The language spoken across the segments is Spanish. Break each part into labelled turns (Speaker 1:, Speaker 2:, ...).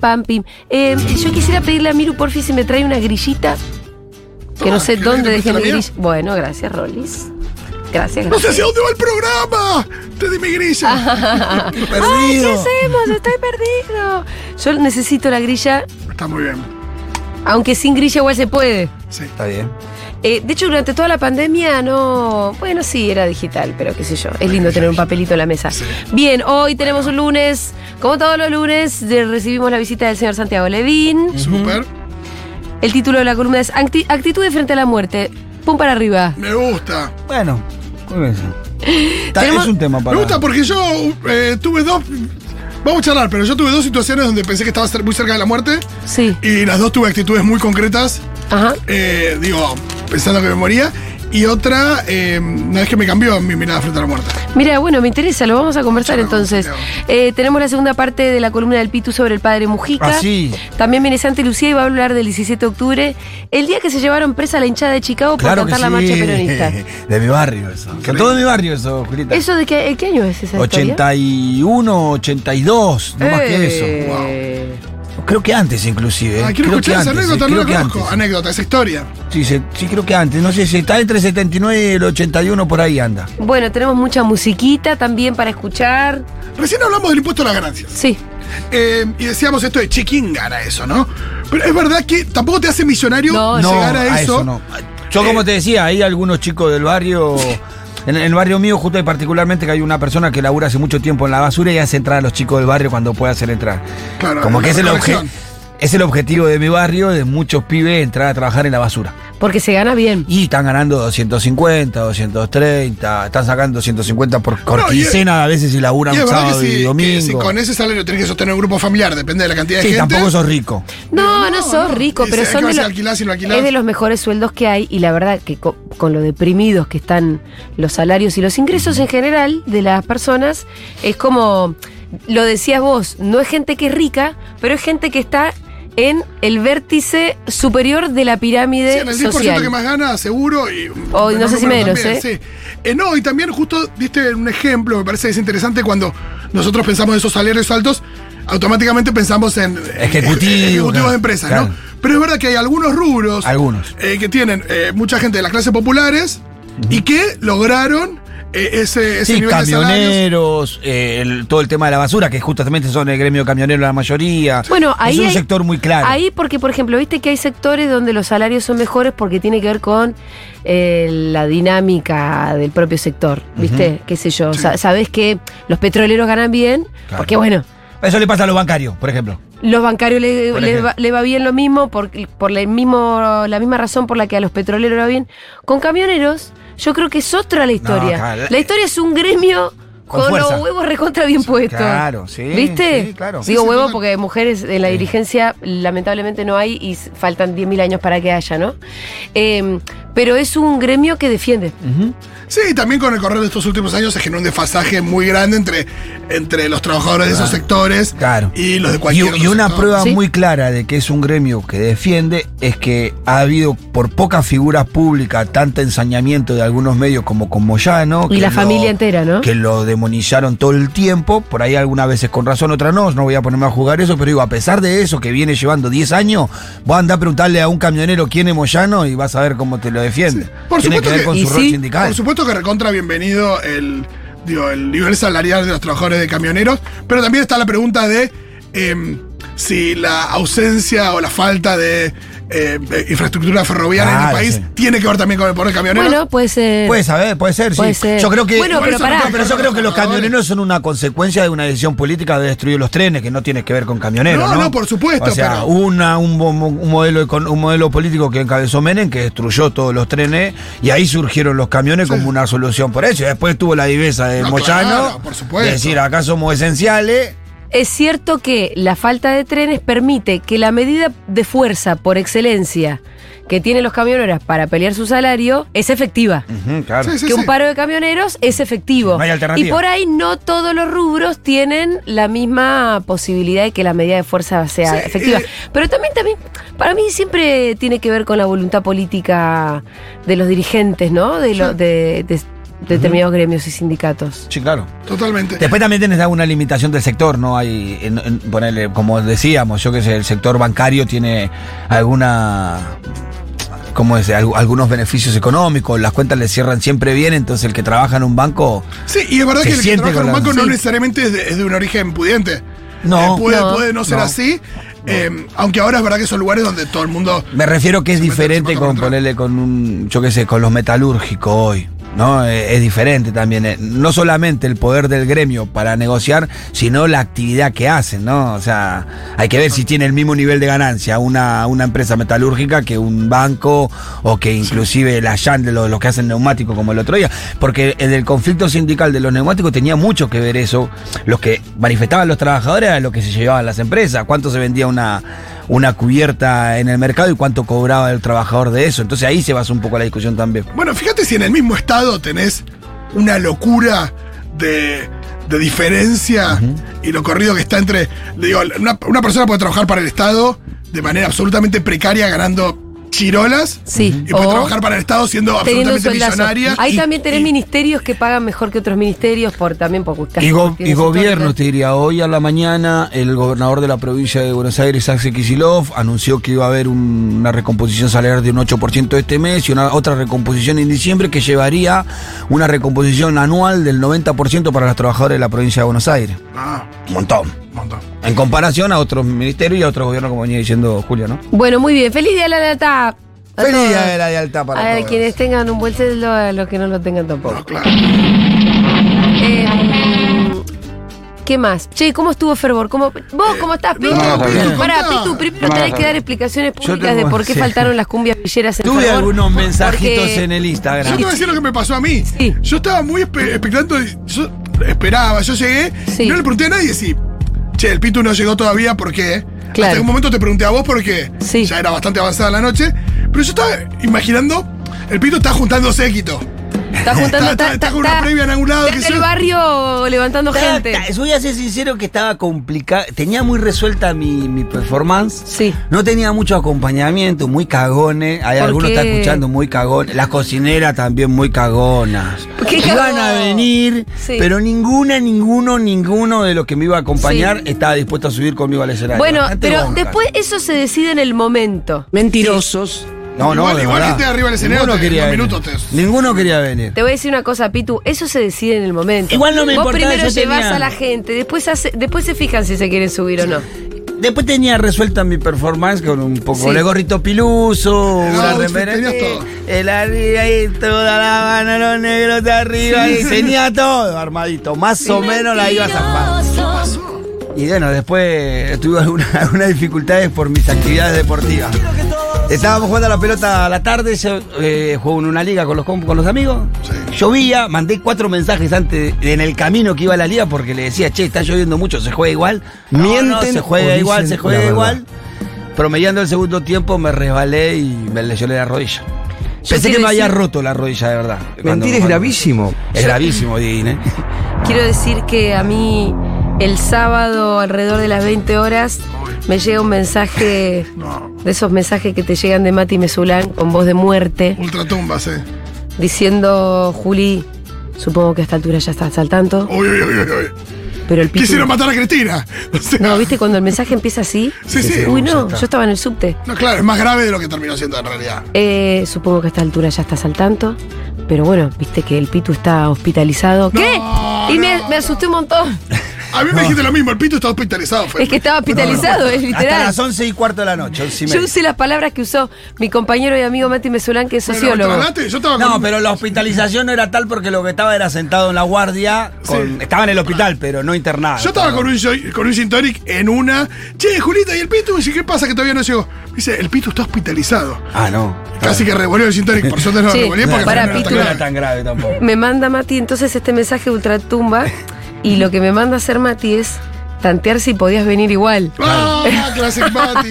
Speaker 1: pam, pim. Eh, yo quisiera pedirle a Miru Porfi si me trae una grillita. Que
Speaker 2: Toma,
Speaker 1: no sé
Speaker 2: ¿querés
Speaker 1: dónde
Speaker 2: que
Speaker 1: dejé la
Speaker 2: empiece la mía?
Speaker 1: grilla. Bueno, gracias, Rolis. Gracias,
Speaker 2: No sé
Speaker 1: gracias.
Speaker 2: hacia dónde va el programa. Te di mi grilla.
Speaker 1: ¡Ay, ¿qué
Speaker 2: Perdido.
Speaker 1: hacemos? Estoy perdido. Yo necesito la grilla,
Speaker 2: Está muy bien.
Speaker 1: aunque sin grilla igual se puede.
Speaker 2: Sí.
Speaker 3: Está bien.
Speaker 1: Eh, de hecho, durante toda la pandemia no. Bueno, sí, era digital, pero qué sé yo. Es lindo tener un papelito en la mesa. Bien, hoy tenemos un lunes. Como todos los lunes, de- recibimos la visita del señor Santiago Levín.
Speaker 2: Súper.
Speaker 1: El título de la columna es Acti- Actitudes frente a la muerte. Pum para arriba.
Speaker 2: Me gusta.
Speaker 3: Bueno, muy bien. Está-
Speaker 1: Tenemos-
Speaker 3: es un tema para.
Speaker 2: Me gusta porque yo eh, tuve dos. Vamos a charlar, pero yo tuve dos situaciones donde pensé que estaba cer- muy cerca de la muerte.
Speaker 1: Sí.
Speaker 2: Y las dos tuve actitudes muy concretas.
Speaker 1: Ajá.
Speaker 2: eh, digo, pensando que me moría. Y otra, eh, una vez que me cambió mi mirada frente a la muerte.
Speaker 1: Mira, bueno, me interesa, lo vamos a conversar
Speaker 2: Ya,
Speaker 1: entonces.
Speaker 2: ya.
Speaker 1: Eh, tenemos la segunda parte de la columna del Pitu sobre el padre Mujica.
Speaker 3: Ah, sí.
Speaker 1: También viene Santa Lucía y va a hablar del 17 de octubre, el día que se llevaron presa a la hinchada de Chicago
Speaker 3: Claro
Speaker 1: por
Speaker 3: que
Speaker 1: cantar
Speaker 3: sí.
Speaker 1: la marcha peronista.
Speaker 3: De mi barrio eso. Con todo de mi barrio eso, Julieta.
Speaker 1: ¿Eso de qué, qué año es esa historia?
Speaker 3: 81, 82, no más que eso.
Speaker 1: Eh,
Speaker 3: Creo que antes inclusive.
Speaker 2: Ah,
Speaker 3: eh.
Speaker 2: quiero
Speaker 3: creo que
Speaker 2: escuchar esa
Speaker 3: antes,
Speaker 2: anécdota,
Speaker 3: eh,
Speaker 2: no la
Speaker 3: creo que
Speaker 2: conozco. Ah,
Speaker 3: antes.
Speaker 2: Anécdota, esa historia.
Speaker 3: Sí, se- sí, creo que antes. No sé si está entre 79 y el 81, por ahí anda.
Speaker 1: Bueno, tenemos mucha musiquita también para escuchar.
Speaker 2: Recién hablamos del impuesto a las ganancias.
Speaker 1: Sí,
Speaker 2: Eh, y decíamos esto de chiquín gana eso, ¿no? Pero es verdad que tampoco te hace millonario
Speaker 1: No,
Speaker 2: Oh, llegar a, eso. Eh.
Speaker 3: no. Yo, como te decía, hay algunos chicos del barrio. En el barrio mío, justo y particularmente, que hay una persona que labura hace mucho tiempo en la basura y hace entrar a los chicos del barrio cuando puede hacer entrar.
Speaker 2: Claro,
Speaker 3: como que
Speaker 2: la
Speaker 3: es el, obje-
Speaker 2: recolección.
Speaker 3: es el objetivo de mi barrio, de muchos pibes, entrar a trabajar en la basura.
Speaker 1: porque se gana bien.
Speaker 3: Y están ganando 250, 230, están sacando 250 por, por
Speaker 2: No, y es-
Speaker 3: quincena a veces y laburan
Speaker 2: Y es verdad
Speaker 3: sábado
Speaker 2: que si,
Speaker 3: y
Speaker 2: que
Speaker 3: domingo.
Speaker 2: si con ese salario tenés que sostener un grupo familiar, depende de la cantidad de
Speaker 3: sí,
Speaker 2: gente.
Speaker 3: tampoco sos rico.
Speaker 1: No, no,
Speaker 2: No,
Speaker 1: sos
Speaker 2: no.
Speaker 1: rico,
Speaker 2: Y
Speaker 1: pero son
Speaker 2: si
Speaker 1: de,
Speaker 2: acabas
Speaker 1: lo-
Speaker 2: de alquilar, si lo alquilás.
Speaker 1: es de los mejores sueldos que hay y la verdad que co- con, lo deprimidos que están los salarios y los ingresos en general de las personas, es como, lo decías vos, no es gente que es rica, pero es gente que está en el vértice superior de la
Speaker 2: Sí,
Speaker 1: pirámide
Speaker 2: en el 10%
Speaker 1: social.
Speaker 2: que más gana, seguro. Y,
Speaker 1: Hoy, no sé si
Speaker 2: números
Speaker 1: menos,
Speaker 2: también, sí. Eh, no, y también justo diste un ejemplo, me parece que es interesante cuando nosotros pensamos en esos salarios altos, automáticamente pensamos en en
Speaker 3: Ejecutivos,
Speaker 2: ejecutivos
Speaker 3: claro,
Speaker 2: de empresas,
Speaker 3: claro.
Speaker 2: ¿no? Pero es verdad que hay algunos rubros
Speaker 3: Algunos.
Speaker 2: eh, que tienen eh, mucha gente de las clases populares y que lograron eh, ese, ese
Speaker 3: Sí,
Speaker 2: nivel de salarios.
Speaker 3: camioneros, eh, el- todo el tema de la basura, que justamente son el gremio camionero la mayoría.
Speaker 1: Bueno, ahí
Speaker 3: es un
Speaker 1: hay-
Speaker 3: sector muy claro.
Speaker 1: Ahí porque, por ejemplo, viste que hay sectores donde los salarios son mejores porque tiene que ver con eh, la dinámica del propio sector, viste, qué sé yo. Sa- Sabés que los petroleros ganan bien,
Speaker 3: Claro.
Speaker 1: porque bueno,
Speaker 3: Eso le pasa a los bancarios, por ejemplo.
Speaker 1: los bancarios le,
Speaker 3: Por
Speaker 1: le
Speaker 3: ejemplo.
Speaker 1: va, le va bien lo mismo, por, por la, mismo, la misma razón por la que a los petroleros le va bien. Con camioneros, yo creo que es otra la historia.
Speaker 3: claro.
Speaker 1: La historia es un gremio
Speaker 3: eh, Con
Speaker 1: con,
Speaker 3: fuerza.
Speaker 1: los huevos recontra bien puestos.
Speaker 3: claro, sí,
Speaker 1: ¿Viste?
Speaker 3: sí,
Speaker 1: Digo
Speaker 3: claro.
Speaker 2: Sí, sí,
Speaker 1: huevos
Speaker 2: total.
Speaker 1: porque mujeres en la dirigencia lamentablemente no hay y s- faltan 10.000 años para que haya, ¿no? Eh, pero es un gremio que defiende.
Speaker 2: Sí, también con el correr de estos últimos años se generó un desfasaje muy grande entre, entre los trabajadores de esos sectores
Speaker 3: Claro.
Speaker 2: y los de
Speaker 3: Y,
Speaker 2: cualquier otro
Speaker 3: y una
Speaker 2: sector.
Speaker 3: prueba
Speaker 1: Sí.
Speaker 3: muy clara de que es un gremio que defiende es que ha habido por pocas figuras públicas tanto ensañamiento de algunos medios como con Moyano.
Speaker 1: Y
Speaker 3: que
Speaker 1: la
Speaker 3: lo-
Speaker 1: familia entera, ¿no?
Speaker 3: Que lo demonizaron todo el tiempo, por ahí algunas veces con razón, otras no, no voy a ponerme a jugar eso, pero digo, a pesar de eso, que viene llevando 10 años, vos andá a preguntarle a un camionero quién es Moyano y vas a ver cómo te lo defiende.
Speaker 2: Sí. Por
Speaker 3: Tiene
Speaker 2: supuesto
Speaker 3: que ver
Speaker 2: que-
Speaker 3: con
Speaker 1: Y
Speaker 3: su rol
Speaker 1: sí,
Speaker 3: sindical.
Speaker 2: Por supuesto que recontra bienvenido el, digo, el nivel salarial de los trabajadores de camioneros, pero también está la pregunta de em, si la ausencia o la falta de eh, de infraestructura ferroviaria en el
Speaker 3: Claro,
Speaker 2: país
Speaker 3: sí.
Speaker 2: tiene que ver también con el poder camionero.
Speaker 1: Bueno, puede ser.
Speaker 3: Puede saber, puede ser, sí.
Speaker 1: Puede ser.
Speaker 3: Yo creo que.
Speaker 1: Bueno,
Speaker 3: Igual
Speaker 1: pero
Speaker 3: eso no
Speaker 1: pará.
Speaker 3: tiene- pero yo creo que los camioneros son una consecuencia de una decisión política de destruir los trenes, que no tiene que ver con camioneros.
Speaker 2: No,
Speaker 3: No,
Speaker 2: no, por supuesto,
Speaker 3: O sea,
Speaker 2: pero-
Speaker 3: una, un, bo- un modelo, econ- un modelo político que encabezó Menem, que destruyó todos los trenes, y ahí surgieron los camiones como una solución por eso. Y después tuvo la viveza de
Speaker 2: No,
Speaker 3: Moyano.
Speaker 2: claro, por supuesto.
Speaker 3: de decir, acá somos esenciales.
Speaker 1: Es cierto que la falta de trenes permite que la medida de fuerza por excelencia que tienen los camioneros para pelear su salario es efectiva.
Speaker 3: Ujú, claro.
Speaker 2: Sí, Mm. sí,
Speaker 1: que un
Speaker 2: sí.
Speaker 1: paro de camioneros es efectivo.
Speaker 3: No hay alternativa.
Speaker 1: Y por ahí no todos los rubros tienen la misma posibilidad de que la medida de fuerza sea
Speaker 2: Sí,
Speaker 1: efectiva.
Speaker 2: eh.
Speaker 1: Pero también, también, para mí siempre tiene que ver con la voluntad política de los dirigentes, ¿no? De, lo- de- de determinados gremios y sindicatos.
Speaker 3: Sí, claro.
Speaker 2: Totalmente.
Speaker 3: Después también tenés alguna limitación del sector, ¿no? Hay, en- en- ponele, como decíamos, yo que sé, el sector bancario tiene alguna. ¿Cómo es? Al- Algunos beneficios económicos, las cuentas le cierran siempre bien, entonces el que trabaja en un banco.
Speaker 2: Sí, y es verdad
Speaker 3: Se
Speaker 2: que el que
Speaker 3: siente
Speaker 2: trabaja en un
Speaker 3: con la-
Speaker 2: banco no
Speaker 1: Sí.
Speaker 2: necesariamente es de, es de un origen pudiente. Eh,
Speaker 3: No,
Speaker 2: puede,
Speaker 1: no,
Speaker 2: puede no ser
Speaker 3: no.
Speaker 2: así. eh, aunque ahora es verdad que son lugares donde todo el mundo.
Speaker 3: Me refiero que es
Speaker 2: Se mete- se
Speaker 3: diferente
Speaker 2: mete
Speaker 3: con
Speaker 2: contra-
Speaker 3: ponerle con un, yo qué sé, con los metalúrgicos hoy. ¿No? Eh, Es, diferente también. eh, No solamente el poder del gremio para negociar, sino la actividad que hacen, ¿no? O sea, hay que ver si tiene el mismo nivel de ganancia una, una empresa metalúrgica que un banco o que inclusive la YAN de lo- los, que hacen neumáticos como el otro día. Porque en el conflicto sindical de los neumáticos tenía mucho que ver eso. Los que manifestaban los trabajadores eran los que se llevaban las empresas. ¿Cuánto se vendía una, una cubierta en el mercado y cuánto cobraba el trabajador de eso. Entonces ahí se basa un poco la discusión también.
Speaker 2: Bueno, fíjate si en el mismo estado tenés una locura de, de diferencia y lo corrido que está entre. le Digo, una, una persona puede trabajar para el Estado de manera absolutamente precaria ganando chirolas.
Speaker 1: Sí.
Speaker 2: Y puede
Speaker 1: o
Speaker 2: trabajar para el Estado siendo
Speaker 1: teniendo un sueldazo.
Speaker 2: absolutamente millonaria.
Speaker 1: Ahí
Speaker 2: y-
Speaker 1: también tenés
Speaker 2: y-
Speaker 1: ministerios que pagan mejor que otros ministerios por también por cuestiones
Speaker 3: Y, go- y
Speaker 1: históricas.
Speaker 3: gobierno, te diría, hoy a la mañana el gobernador de la provincia de Buenos Aires, Axel Kicillof, anunció que iba a haber un- una recomposición salarial de un 8% este mes y una otra recomposición en diciembre que llevaría una recomposición anual del 90% para los trabajadores de la provincia de Buenos Aires.
Speaker 2: Ah,
Speaker 3: Un montón.
Speaker 2: un montón.
Speaker 3: En comparación a otros ministerios y a otros gobiernos, como venía diciendo Julio, ¿no?
Speaker 1: Bueno, muy bien. Feliz día de la lealtad. a
Speaker 3: Feliz día
Speaker 1: todos.
Speaker 3: de la lealtad para
Speaker 1: A
Speaker 3: todos.
Speaker 1: quienes tengan un buen sueldo, a los que no lo tengan tampoco.
Speaker 2: No, claro.
Speaker 1: Eh, ¿Qué más? Che, ¿cómo estuvo Fervor? ¿Cómo, ¿Vos cómo estás, Pitu?
Speaker 2: Eh, no, Pitu,
Speaker 1: Pará,
Speaker 2: contá.
Speaker 1: Pitu, primero tenés que dar explicaciones públicas
Speaker 3: tengo-
Speaker 1: de por qué
Speaker 3: sí.
Speaker 1: faltaron las cumbias villeras en
Speaker 3: Tuve
Speaker 1: Fervor,
Speaker 3: algunos mensajitos
Speaker 1: porque-
Speaker 3: en el
Speaker 2: Yo
Speaker 3: Instagram.
Speaker 2: te voy a decir lo que me pasó a mí.
Speaker 1: Sí.
Speaker 2: Yo estaba muy espe- expectante, yo esperaba, yo llegué,
Speaker 1: Sí.
Speaker 2: no le pregunté a nadie si, che, el Pitu no llegó todavía, ¿por qué?
Speaker 1: Claro.
Speaker 2: Hasta que un momento te pregunté a vos porque
Speaker 1: Sí.
Speaker 2: ya era bastante avanzada la noche, pero yo estaba imaginando, el Pitu está juntando séquito.
Speaker 1: Está
Speaker 2: Está-
Speaker 1: juntando.
Speaker 2: está- está con una previa en algún lado,
Speaker 1: Está
Speaker 2: qué
Speaker 1: en
Speaker 2: sé
Speaker 1: el
Speaker 2: yo.
Speaker 1: barrio levantando
Speaker 4: Ta-
Speaker 1: gente.
Speaker 4: ta- voy a ser sincero que estaba complicado. Tenía muy resuelta mi, mi performance.
Speaker 1: Sí.
Speaker 4: No tenía mucho acompañamiento, muy cagones. Hay
Speaker 1: ¿Por
Speaker 4: algunos que
Speaker 1: qué?
Speaker 4: están escuchando muy cagones. Las cocineras también muy cagonas.
Speaker 1: ¿Qué
Speaker 4: Iban
Speaker 1: cagón?
Speaker 4: a venir,
Speaker 1: Sí.
Speaker 4: pero ninguna, ninguno, ninguno de los que me iba a acompañar
Speaker 1: Sí.
Speaker 4: estaba dispuesto a subir conmigo al escenario.
Speaker 1: Bueno,
Speaker 4: Bastante
Speaker 1: pero
Speaker 4: bronca.
Speaker 1: después eso se decide en el momento.
Speaker 5: Mentirosos.
Speaker 3: No, no,
Speaker 2: Igual-
Speaker 3: de
Speaker 2: igual
Speaker 3: verdad.
Speaker 2: gente arriba del escenario
Speaker 3: Ninguno
Speaker 2: te-
Speaker 3: quería
Speaker 2: dos
Speaker 3: venir.
Speaker 2: minutos te-
Speaker 3: Ninguno quería venir.
Speaker 1: Te voy a decir una cosa, Pitu, eso se decide en el momento.
Speaker 4: Igual no me
Speaker 1: Vos
Speaker 4: importaba,
Speaker 1: primero
Speaker 4: yo
Speaker 1: llevas
Speaker 4: tenía-
Speaker 1: a la gente, después, hace- después se fijan si se quieren subir o no.
Speaker 4: Después tenía resuelta mi performance con un poco
Speaker 1: Sí.
Speaker 4: de gorrito piluso, una
Speaker 2: outfit,
Speaker 4: remera.
Speaker 2: tenías todo.
Speaker 4: El arriba y toda la mano, los negros de arriba. Y tenía todo armadito. Más o menos la iba a zafar. Y bueno, después tuve alguna- algunas dificultades por mis actividades deportivas. Estábamos jugando a la pelota a la tarde, yo eh, juego en una liga con los, com- con los amigos.
Speaker 2: Sí.
Speaker 4: Llovía, mandé cuatro mensajes antes de- en el camino que iba a la liga porque le decía, che, está lloviendo mucho, se juega igual. No,
Speaker 3: Mienten
Speaker 4: no, se
Speaker 3: o
Speaker 4: juega
Speaker 3: dicen
Speaker 4: igual, se
Speaker 3: la
Speaker 4: juega
Speaker 3: verdad.
Speaker 4: igual. Promediando el segundo tiempo me resbalé y me lesioné la rodilla. Pensé
Speaker 1: quiero
Speaker 4: que me había
Speaker 1: decir-
Speaker 4: roto la rodilla, de verdad. Cuando-
Speaker 5: Mentir es
Speaker 4: cuando-
Speaker 5: gravísimo.
Speaker 4: Es gravísimo, Didín, ¿eh?
Speaker 1: Quiero decir que a mí el sábado alrededor de las 20 horas me llega un mensaje
Speaker 2: No,
Speaker 1: de esos mensajes que te llegan de Mati Mesulán con voz de muerte
Speaker 2: ultratumbas, eh.
Speaker 1: diciendo, Juli, supongo que a esta altura ya estás al tanto,
Speaker 2: Uy, uy, uy, uy, uy.
Speaker 1: pero el Pitu...
Speaker 2: Quisieron matar a Cristina. O sea,
Speaker 1: No, ¿viste cuando el mensaje empieza así?
Speaker 2: Sí, sí.
Speaker 1: Uy, no, yo estaba en el subte.
Speaker 2: No, claro, es más grave de lo que terminó siendo en realidad.
Speaker 1: Eh, supongo que a esta altura ya estás al tanto. Pero bueno, viste que el Pitu está hospitalizado. ¿Qué? y me,
Speaker 2: no,
Speaker 1: me asusté un montón.
Speaker 2: A mí me dijiste lo mismo, el Pitu está hospitalizado. Fue
Speaker 1: Es que estaba hospitalizado, es
Speaker 3: Hasta
Speaker 1: literal.
Speaker 3: las 11 y cuarto de la noche. once y
Speaker 1: Yo
Speaker 3: media.
Speaker 1: usé las palabras que usó mi compañero y amigo Mati Mesulán, que es
Speaker 2: Bueno,
Speaker 1: sociólogo.
Speaker 2: ¿me trasladaste? Yo estaba con
Speaker 3: No,
Speaker 2: un-
Speaker 3: pero la hospitalización no era tal porque lo que estaba era sentado en la guardia. con-
Speaker 2: Sí.
Speaker 3: Estaba en el hospital, pero no internado.
Speaker 2: Yo estaba con un, joy- con un gin tonic en una. Che, Julita, ¿y el Pitu? Y ¿qué pasa que todavía no llegó? Me dice, el Pitu está hospitalizado.
Speaker 3: Ah, no.
Speaker 2: Casi que revolvió el gin tonic. Por suerte no lo
Speaker 1: Sí,
Speaker 2: revolvié porque
Speaker 1: para
Speaker 2: no era tan
Speaker 1: Pitu.
Speaker 3: No era
Speaker 2: grave.
Speaker 3: tan grave tampoco.
Speaker 1: Me manda Mati entonces este mensaje de ultratumba. Y lo que me manda hacer Mati es tantear si podías venir igual.
Speaker 2: ¡Ah, Classic Mati!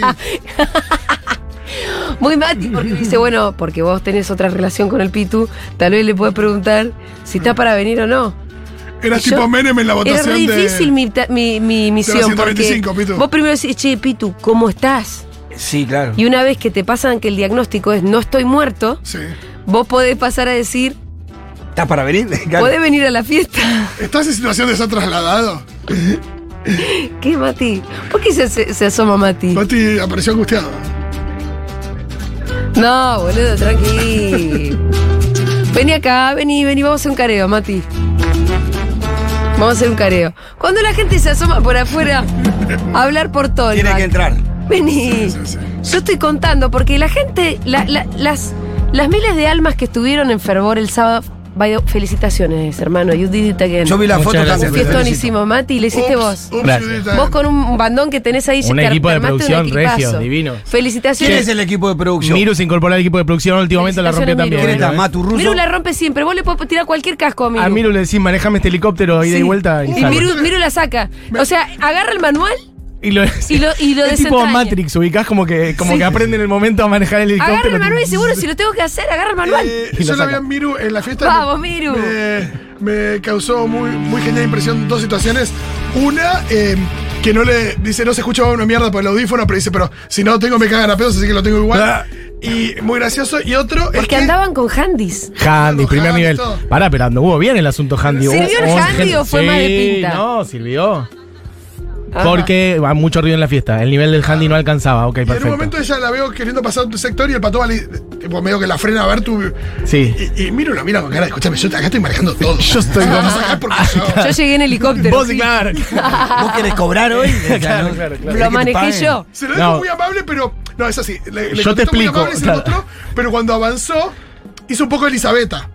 Speaker 1: Muy Mati, porque dice, bueno, porque vos tenés otra relación con el Pitu, tal vez le puedas preguntar si está para venir o no.
Speaker 2: Eras
Speaker 1: Yo-
Speaker 2: tipo Menem en
Speaker 1: Era
Speaker 2: la votación
Speaker 1: re
Speaker 2: de...
Speaker 1: difícil mi, ta- mi, mi misión.
Speaker 2: 125,
Speaker 1: porque
Speaker 2: Pitu.
Speaker 1: Vos primero decís, che, Pitu, ¿cómo estás?
Speaker 3: Sí, claro.
Speaker 1: Y una vez que te pasan que el diagnóstico es no estoy muerto,
Speaker 2: Sí.
Speaker 1: vos podés pasar a decir,
Speaker 4: ¿Estás para venir? Claro.
Speaker 1: ¿Podés venir a la fiesta?
Speaker 2: ¿Estás en situación de ser trasladado?
Speaker 1: ¿Qué, Mati? ¿Por qué se, se- se asoma Mati?
Speaker 2: Mati apareció angustiado.
Speaker 1: No, boludo, tranqui. Vení acá, vení, vení, vamos a hacer un careo, Mati. Vamos a hacer un careo. Cuando la gente se asoma por afuera a hablar por todo
Speaker 4: Tiene que entrar.
Speaker 1: Vení.
Speaker 2: Sí, sí,
Speaker 1: Yo estoy contando porque la gente, la- la- las, las miles de almas que estuvieron en fervor el sábado, vaya, felicitaciones, hermano. You did it again.
Speaker 3: Yo vi la
Speaker 5: Muchas
Speaker 3: foto
Speaker 5: gracias,
Speaker 1: Un
Speaker 3: también.
Speaker 5: Fernando.
Speaker 1: fiestón hicimos, Mati, le hiciste
Speaker 2: Ups,
Speaker 1: vos.
Speaker 2: ups,
Speaker 5: Gracias.
Speaker 2: Julieta.
Speaker 1: Vos con un bandón que tenés ahí.
Speaker 5: Un
Speaker 1: te
Speaker 5: equipo de
Speaker 1: armaste un
Speaker 5: producción,
Speaker 1: equipazo.
Speaker 5: regios, divinos.
Speaker 3: ¿Quién
Speaker 1: Felicitaciones.
Speaker 3: es el equipo de producción?
Speaker 5: Miru se incorporó al equipo de producción últimamente, la rompió
Speaker 1: Felicitaciones,
Speaker 5: también.
Speaker 3: ¿Quién está?
Speaker 5: ¿eh?
Speaker 3: Matu Russo.
Speaker 1: Miru la rompe siempre. Vos le podés tirar cualquier casco a Miru.
Speaker 5: A Ah, Miru le decís, manejame este helicóptero, ida
Speaker 1: Sí.
Speaker 5: y vuelta. Y,
Speaker 1: Y
Speaker 5: sale.
Speaker 1: Miru, Miru la saca. O sea, agarra el manual,
Speaker 5: Y lo,
Speaker 1: y lo- y lo
Speaker 5: es tipo
Speaker 1: desentraña.
Speaker 5: Matrix, ubicás como que, como
Speaker 1: Sí.
Speaker 5: que aprende en el momento a manejar el helicóptero.
Speaker 1: agarra el manual y seguro si lo tengo que hacer, agarra el manual.
Speaker 2: Eh,
Speaker 5: Y lo
Speaker 2: yo la
Speaker 5: saca.
Speaker 2: vi en Miru en la fiesta.
Speaker 1: Vamos,
Speaker 2: me-
Speaker 1: Miru.
Speaker 2: Me, me causó muy, muy genial impresión dos situaciones. Una, eh, que no le dice, no se escucha una mierda por el audífono, pero dice, pero si no tengo me cagan a pedos, así que lo tengo igual.
Speaker 5: Ah.
Speaker 2: Y muy gracioso. Y otro es
Speaker 1: Porque
Speaker 2: que
Speaker 1: andaban con handys.
Speaker 5: Handy, primer
Speaker 2: Handy,
Speaker 5: nivel.
Speaker 2: todo.
Speaker 5: Pará, pero anduvo bien el asunto Handy.
Speaker 1: ¿Sirvió
Speaker 5: Hubo-
Speaker 1: el
Speaker 5: hubo
Speaker 1: handy
Speaker 5: gente-
Speaker 1: o fue
Speaker 5: Sí,
Speaker 1: más de pinta?
Speaker 5: No, sirvió.
Speaker 1: Ajá.
Speaker 5: Porque va mucho ruido en la fiesta. El nivel del handy no alcanzaba. Ok,
Speaker 2: y en un
Speaker 5: perfecto.
Speaker 2: momento ella la veo queriendo pasar un sector y el pato vale, tipo, medio que la frena a ver tú.
Speaker 5: Sí.
Speaker 2: Y, y Miru la mira con cara, escúchame, yo acá estoy manejando todo.
Speaker 5: Yo estoy
Speaker 2: Vamos a
Speaker 5: con- Ah,
Speaker 2: sacar porque yo-
Speaker 1: Yo llegué en helicóptero.
Speaker 5: Vos,
Speaker 1: sí.
Speaker 5: claro.
Speaker 4: ¿Vos querés cobrar hoy?
Speaker 5: Claro, claro, claro.
Speaker 1: Lo manejé yo.
Speaker 2: Se lo dijo
Speaker 5: No.
Speaker 2: muy amable, pero. No, es así. Le, le
Speaker 5: Yo te
Speaker 2: contestó muy
Speaker 5: explico,
Speaker 2: amable, se lo
Speaker 5: claro.
Speaker 2: mostró, pero cuando avanzó, hizo un poco Ah, Elisabetta.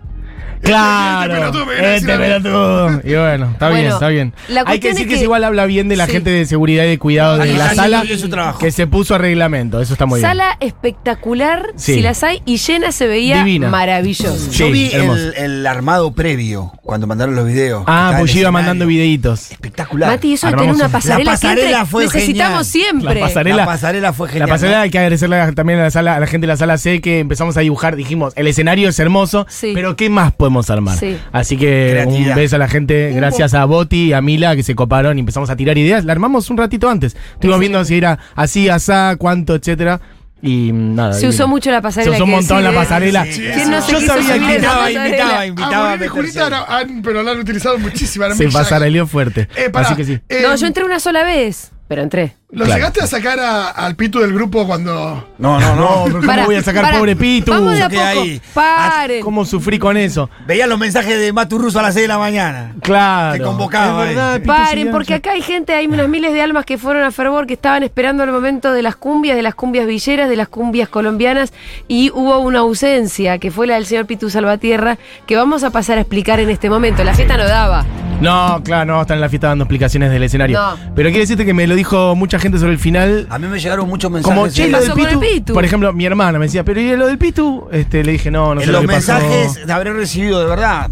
Speaker 2: Este pelotudo
Speaker 5: Claro.
Speaker 2: me viene a decir
Speaker 5: Este
Speaker 2: algo.
Speaker 5: pelotudo. Y bueno, está
Speaker 1: Bueno,
Speaker 5: bien, está bien.
Speaker 1: la
Speaker 5: Hay que
Speaker 1: cuestión es
Speaker 5: decir que,
Speaker 1: que-
Speaker 5: se igual habla bien de la
Speaker 1: Sí.
Speaker 5: gente de seguridad y de cuidado de
Speaker 3: Ah,
Speaker 5: la
Speaker 3: sí,
Speaker 5: sala
Speaker 3: sí, es su trabajo.
Speaker 5: que se puso a reglamento. Eso está muy bien.
Speaker 1: Sala espectacular,
Speaker 5: Sí.
Speaker 1: si las hay, y llena se veía
Speaker 5: Divina.
Speaker 1: maravilloso.
Speaker 5: Sí,
Speaker 4: Yo vi
Speaker 5: hermoso.
Speaker 4: el, el armado previo cuando mandaron los videos.
Speaker 5: Ah,
Speaker 4: Estaba el
Speaker 5: pues iba
Speaker 4: escenario.
Speaker 5: mandando videitos.
Speaker 4: Espectacular.
Speaker 1: Mati, eso de
Speaker 5: Armamos
Speaker 1: tener una
Speaker 5: un-
Speaker 1: pasarela,
Speaker 4: La pasarela
Speaker 1: que entre,
Speaker 4: fue
Speaker 1: necesitamos
Speaker 4: genial.
Speaker 1: siempre.
Speaker 5: La pasarela.
Speaker 4: La pasarela fue genial.
Speaker 5: La pasarela
Speaker 4: ¿no?
Speaker 5: hay que agradecerle a- también a la sala, a la gente de la sala C que empezamos a dibujar, dijimos, el escenario es hermoso,
Speaker 1: Sí.
Speaker 5: pero ¿qué más podemos armar?
Speaker 1: Sí.
Speaker 5: Así que
Speaker 4: Creatividad.
Speaker 5: un beso a la gente, gracias a Boti y a Mila que se coparon y empezamos a tirar ideas. La armamos un ratito antes. Estuvimos viendo si era así, asá, cuánto, etcétera. Y mm, nada.
Speaker 1: Se usó mucho la pasarela.
Speaker 5: Se usó un
Speaker 1: que
Speaker 5: montón la
Speaker 1: decide.
Speaker 5: pasarela.
Speaker 2: Sí.
Speaker 1: ¿Quién no se
Speaker 5: Yo
Speaker 1: quiso
Speaker 5: sabía
Speaker 1: subir
Speaker 5: que
Speaker 1: a esa pasarela?
Speaker 2: A
Speaker 5: estaba
Speaker 4: a
Speaker 2: Bolívar y
Speaker 4: meterse.
Speaker 2: Julita han- han- pero la han utilizado muchísimo. ahora
Speaker 5: Se
Speaker 2: muy
Speaker 5: pasará
Speaker 2: ya-
Speaker 5: el lío fuerte.
Speaker 2: Eh, pará,
Speaker 5: Así que sí.
Speaker 2: eh,
Speaker 1: No, yo entré una sola vez, pero entré.
Speaker 2: ¿Lo
Speaker 5: Claro.
Speaker 2: llegaste a sacar a- al pitu del grupo cuando.?
Speaker 4: No, no, no.
Speaker 5: ¿Cómo
Speaker 1: Pará,
Speaker 5: voy a sacar
Speaker 1: pará.
Speaker 5: pobre Pitu?
Speaker 1: Vamos de a
Speaker 4: que
Speaker 1: poco.
Speaker 4: hay-
Speaker 1: Paren.
Speaker 5: ¿Cómo sufrí con eso?
Speaker 4: Veía los mensajes de Matu Russo a las 6 de la mañana.
Speaker 5: Claro.
Speaker 4: Te convocaba
Speaker 5: Es
Speaker 4: ahí.
Speaker 2: eh.
Speaker 5: verdad, Pitu
Speaker 1: Paren,
Speaker 5: seguía-
Speaker 1: porque acá hay gente, hay unas miles de almas que fueron a fervor, que estaban esperando el momento de las cumbias, de las cumbias villeras, de las cumbias colombianas, y hubo una ausencia, que fue la del señor Pitu Salvatierra, que vamos a pasar a explicar en este momento. La fiesta no daba.
Speaker 5: No, claro, no, están en la fiesta dando explicaciones del escenario.
Speaker 1: No.
Speaker 5: Pero quiero decirte que me lo dijo mucha gente sobre el final.
Speaker 4: A mí me llegaron muchos mensajes.
Speaker 5: Como,
Speaker 4: de-
Speaker 5: che, lo
Speaker 1: pasó
Speaker 5: del
Speaker 1: con el
Speaker 5: Pitu?
Speaker 1: Pitu?
Speaker 5: Por ejemplo, mi hermana me decía, pero ¿y lo del Pitu? Este, le dije, no, no sé
Speaker 4: en
Speaker 5: lo
Speaker 4: los
Speaker 5: que pasó.
Speaker 4: mensajes habré recibido, de verdad,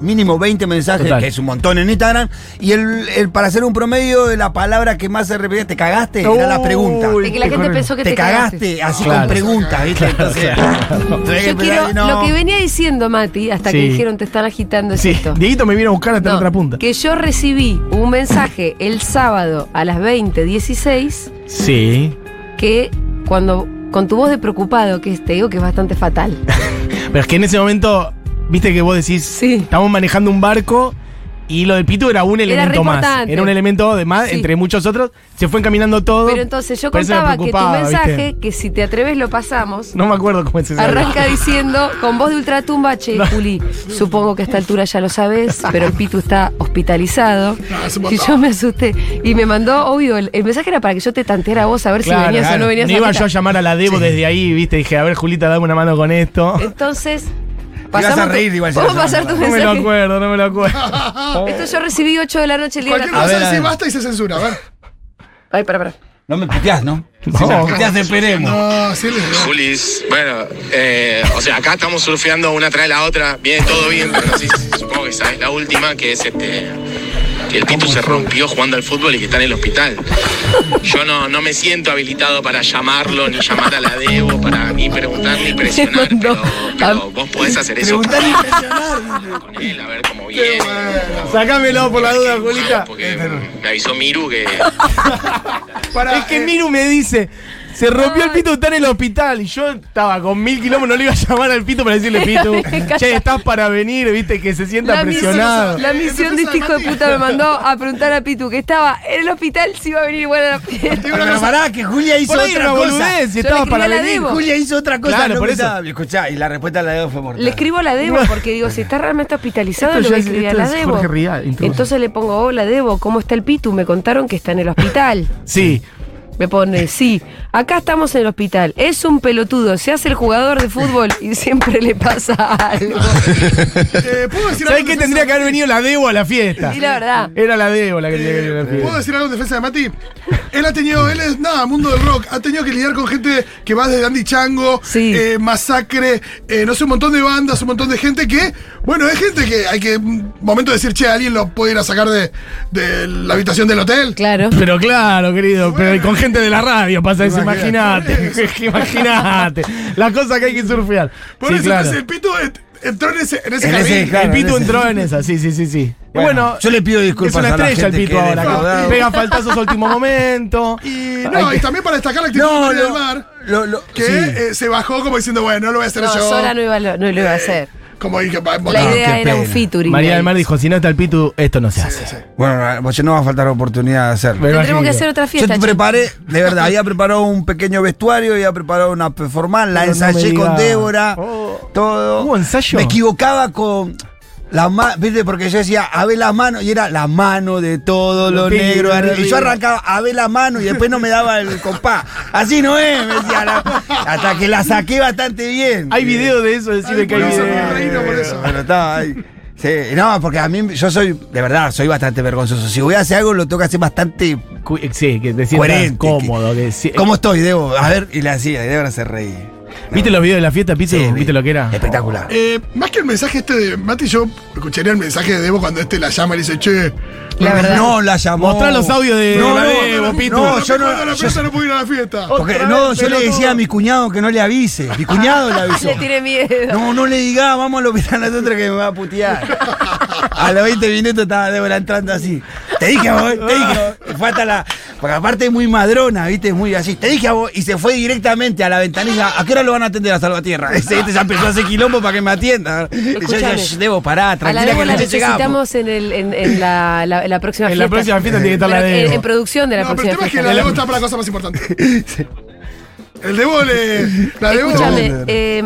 Speaker 4: mínimo 20 mensajes,
Speaker 5: Total.
Speaker 4: que es un montón en Instagram. Y el, el- para hacer un promedio de la palabra que más se repetía, ¿te cagaste? Era la pregunta.
Speaker 5: Uy,
Speaker 1: De que la
Speaker 5: qué
Speaker 1: gente
Speaker 5: horror.
Speaker 1: pensó que te,
Speaker 4: te cagaste, así
Speaker 5: Claro.
Speaker 4: con preguntas, ¿viste? Entonces, tenés que
Speaker 1: Yo
Speaker 4: esperar
Speaker 1: quiero,
Speaker 4: y no.
Speaker 1: lo que venía diciendo Mati, hasta que
Speaker 5: Sí.
Speaker 1: dijeron te están agitando, es
Speaker 5: Sí,
Speaker 1: esto.
Speaker 5: Dieguito me vino a buscar hasta
Speaker 1: No,
Speaker 5: la otra punta.
Speaker 1: Que yo recibí un mensaje el sábado a las 20.16
Speaker 5: Sí.
Speaker 1: que cuando con tu voz de preocupado, que te digo que es bastante fatal.
Speaker 5: Pero es que en ese momento, viste que vos decís,
Speaker 1: Sí.
Speaker 5: estamos manejando un barco y lo del Pitu era un
Speaker 1: Era
Speaker 5: elemento
Speaker 1: re
Speaker 5: más.
Speaker 1: importante.
Speaker 5: Era un elemento de más,
Speaker 1: Sí.
Speaker 5: entre muchos otros. Se fue encaminando todo.
Speaker 1: Pero entonces yo
Speaker 5: Por eso me
Speaker 1: contaba que tu
Speaker 5: preocupaba,
Speaker 1: mensaje,
Speaker 5: ¿viste?
Speaker 1: que si te atreves lo pasamos,
Speaker 5: No me acuerdo cómo es ese
Speaker 1: arranca diciendo con voz de ultratumba, che, Juli, supongo que a esta altura ya lo sabes, pero el Pitu está hospitalizado.
Speaker 2: No, es un
Speaker 1: y
Speaker 2: montón.
Speaker 1: yo me asusté. Y me mandó, obvio, el, el mensaje era para que yo te tanteara a vos a ver si venías o no venías
Speaker 5: No
Speaker 1: a
Speaker 5: iba
Speaker 1: fiesta.
Speaker 5: yo a llamar a la Debo desde ahí, viste, dije, a ver, Julita, dame una mano con esto.
Speaker 1: Entonces,
Speaker 4: vas a
Speaker 1: pasamos tu-
Speaker 4: reír igual si
Speaker 1: Vamos a
Speaker 4: lo
Speaker 1: pasar tu
Speaker 5: No me lo
Speaker 1: mensaje.
Speaker 5: acuerdo, no me lo acuerdo.
Speaker 1: Esto yo recibí 8 de la noche el día de
Speaker 2: Cualquier
Speaker 1: la
Speaker 2: cosa
Speaker 4: ver, a ver.
Speaker 2: decís basta y se censura. A ver.
Speaker 1: Ay, para, para.
Speaker 4: No me puteás, ¿no?
Speaker 5: No.
Speaker 4: Si me puteás, esperemos.
Speaker 2: No, Ah, sí, le-
Speaker 6: Julis, bueno, eh, o sea, acá estamos surfeando una tras la otra, viene todo bien, pero no sé si- supongo que sabes la última, que es este, que el Pitu se rompió jugando al fútbol y que está en el hospital. Yo no, no me siento habilitado para llamarlo, ni llamar a la Debo, para ni preguntar ni presionar,
Speaker 1: Se mandó
Speaker 6: pero, pero
Speaker 1: a-
Speaker 6: vos podés hacer eso
Speaker 4: Preguntar y presionar.
Speaker 6: con él, a ver cómo viene.
Speaker 5: Sácamelo por la duda, Julita.
Speaker 6: Porque me avisó Miru que
Speaker 2: Para,
Speaker 5: Es que
Speaker 2: eh,
Speaker 5: Miru me dice, Se rompió el pito, está en el hospital. Y yo estaba con mil kilómetros, no le iba a llamar al pito para decirle pito. Che, estás para venir, viste, que se sienta
Speaker 1: La misión,
Speaker 5: presionado.
Speaker 1: la misión de este hijo de puta me mandó a preguntar a Pitu que estaba en el hospital si iba a venir igual a la fiesta.
Speaker 3: Pero pará, que Julia hizo
Speaker 5: Por ahí
Speaker 3: otra
Speaker 5: era una
Speaker 3: cosa.
Speaker 5: boludez,
Speaker 1: Yo
Speaker 5: y estaba
Speaker 1: le escribí
Speaker 5: para
Speaker 1: a la
Speaker 5: venir.
Speaker 1: Debo.
Speaker 3: Julia hizo otra cosa.
Speaker 5: Claro,
Speaker 3: no
Speaker 5: por
Speaker 3: me
Speaker 5: eso.
Speaker 3: estaba- Escuchá, y la respuesta a la de fue mortal.
Speaker 1: Le escribo a la Debo porque digo, si está realmente hospitalizado,
Speaker 5: Esto
Speaker 1: le voy
Speaker 5: ya
Speaker 1: a
Speaker 5: es-
Speaker 1: escribir a
Speaker 5: esto
Speaker 1: la
Speaker 5: es
Speaker 1: Debo.
Speaker 5: Jorge Rial, introduce.
Speaker 1: Entonces le pongo, hola Debo, ¿cómo está el Pitu? Me contaron que está en el hospital.
Speaker 5: Sí.
Speaker 1: Me pone, sí, acá estamos en el hospital. Es un pelotudo, se hace el jugador de fútbol y siempre le pasa algo.
Speaker 2: Eh, ¿Puedo decir algo
Speaker 5: ¿Sabés
Speaker 2: en
Speaker 5: qué
Speaker 2: defensa-
Speaker 5: tendría que haber venido la Debo a la fiesta?
Speaker 1: Y la verdad.
Speaker 5: Era la Debo la que tenía que venir a la
Speaker 2: Eh, ¿Puedo
Speaker 5: fiesta.
Speaker 2: decir algo en defensa de Mati? Él ha tenido, él es, nada, mundo del rock, ha tenido que lidiar con gente que va desde Andy Chango,
Speaker 1: Sí.
Speaker 2: eh, Masacre, eh, no sé, un montón de bandas, un montón de gente que, bueno, es gente que hay que, un momento de decir, che, alguien lo puede ir a sacar de, de la habitación del hotel.
Speaker 1: Claro.
Speaker 5: Pero claro, querido, pero y con gente de la radio pasa eso,
Speaker 2: Imagínate.
Speaker 5: imagínate. Imagínate. La cosa que hay que surfear.
Speaker 2: Por
Speaker 5: Sí,
Speaker 2: eso
Speaker 5: claro.
Speaker 2: entonces, el pito ent- entró en ese, en ese
Speaker 3: En ese,
Speaker 2: jardín.
Speaker 3: claro.
Speaker 5: el Pitu
Speaker 3: en ese
Speaker 5: entró en esa, sí, sí, sí, sí. Y Bueno,
Speaker 3: yo le pido disculpas
Speaker 5: es una
Speaker 3: a la
Speaker 5: estrella el
Speaker 3: gente
Speaker 5: Pitu
Speaker 3: que
Speaker 5: ahora.
Speaker 3: le
Speaker 5: que
Speaker 3: defraudado.
Speaker 5: Pega faltazos a último momento.
Speaker 2: Y no, y también para destacar la actitud de Mario del Mar,
Speaker 3: lo- lo-
Speaker 2: que
Speaker 3: sí.
Speaker 2: eh, se bajó como diciendo, bueno, no lo voy a hacer
Speaker 1: No,
Speaker 2: yo.
Speaker 1: sola no, iba a lo- no lo iba a hacer.
Speaker 2: Como dije, va-
Speaker 1: La
Speaker 2: no,
Speaker 1: idea
Speaker 3: qué
Speaker 1: era un
Speaker 3: pena.
Speaker 1: featuring.
Speaker 5: María del
Speaker 1: ahí.
Speaker 5: Mar dijo, si no está el Pitu, esto no se hace.
Speaker 3: Bueno, pues no va a faltar oportunidad de hacerlo.
Speaker 5: Me
Speaker 1: Tendremos
Speaker 5: imagino.
Speaker 1: que hacer otra
Speaker 3: Yo
Speaker 1: fiesta.
Speaker 3: te
Speaker 1: chicos.
Speaker 3: preparé, de verdad, había preparado un pequeño vestuario, había preparado una performance, la
Speaker 5: Pero no
Speaker 3: ensayé
Speaker 5: me
Speaker 3: con
Speaker 5: digas.
Speaker 3: Débora,
Speaker 5: Oh.
Speaker 3: todo.
Speaker 5: ¿Hubo ensayo?
Speaker 3: Me equivocaba con las manos, viste, porque yo decía, a ver las manos, y era la mano de todo lo
Speaker 5: Sí,
Speaker 3: negro.
Speaker 5: de
Speaker 3: arriba. Y yo
Speaker 5: arriba.
Speaker 3: arrancaba, a ver las manos, y después no me daba el compás. Así no es, me decía, la- hasta que la saqué bastante bien.
Speaker 5: Hay video de eso, decime
Speaker 2: Ay,
Speaker 5: que hay
Speaker 2: por eso
Speaker 5: video.
Speaker 2: me reí, no por eso.
Speaker 3: Bueno, estaba ahí. Sí, no, porque a mí, yo soy, de verdad, soy bastante vergonzoso. Si voy a hacer algo, lo tengo que hacer bastante
Speaker 5: Cu- Sí, que te sientas
Speaker 3: Coherente,
Speaker 5: cómodo. Que, si-
Speaker 3: ¿Cómo estoy, Debo? A ver, y la hacía, y Débora se reía.
Speaker 5: ¿Viste los videos de la fiesta, Pitu?
Speaker 3: Sí,
Speaker 5: ¿Viste lo que era?
Speaker 3: Espectacular.
Speaker 2: Eh, más que el mensaje este de Mati, yo escucharía el mensaje de Debo cuando este la llama y le dice, che,
Speaker 1: La verdad.
Speaker 3: No, la llamó.
Speaker 5: Mostrá los audios de-
Speaker 3: No,
Speaker 5: de
Speaker 3: no,
Speaker 5: Debo,
Speaker 3: no,
Speaker 5: Pitu.
Speaker 3: No,
Speaker 2: no,
Speaker 3: yo
Speaker 2: A la
Speaker 3: no. yo-
Speaker 2: fiesta no puedo ir a la fiesta.
Speaker 1: Oh,
Speaker 3: porque- no, yo le decía a mi cuñado que no le avise. Mi cuñado le avisó.
Speaker 1: Le tiene miedo.
Speaker 3: No, no le diga, vamos a lo mirar a nosotros que me va a putear. A los 20 minutos estaba Débora entrando así. Te dije a vos, te dije a vos. Y fue hasta la. Porque aparte es muy madrona, viste, es muy así. Te dije a vos y se fue directamente a la ventanilla. ¿A qué hora lo van a atender a Salvatierra? Ese este ya empezó a hacer quilombo para que me atienda. Y yo decía,
Speaker 1: Escuchame.
Speaker 3: "Shh, Debo, pará,
Speaker 1: A la
Speaker 3: tranquila
Speaker 1: Debo
Speaker 3: que
Speaker 1: la
Speaker 3: no llegamos.
Speaker 1: necesitamos en, el, en, en la, la- la próxima
Speaker 5: En
Speaker 1: fiesta.
Speaker 5: la próxima fiesta tiene que estar la
Speaker 1: Pero en,
Speaker 5: Debo.
Speaker 1: en producción de la
Speaker 2: no, pero
Speaker 1: próxima
Speaker 2: el tema es que
Speaker 1: fiesta.
Speaker 2: la Debo está para la cosa más importante. El Debo le. La Debo.
Speaker 1: Escúchame, eh,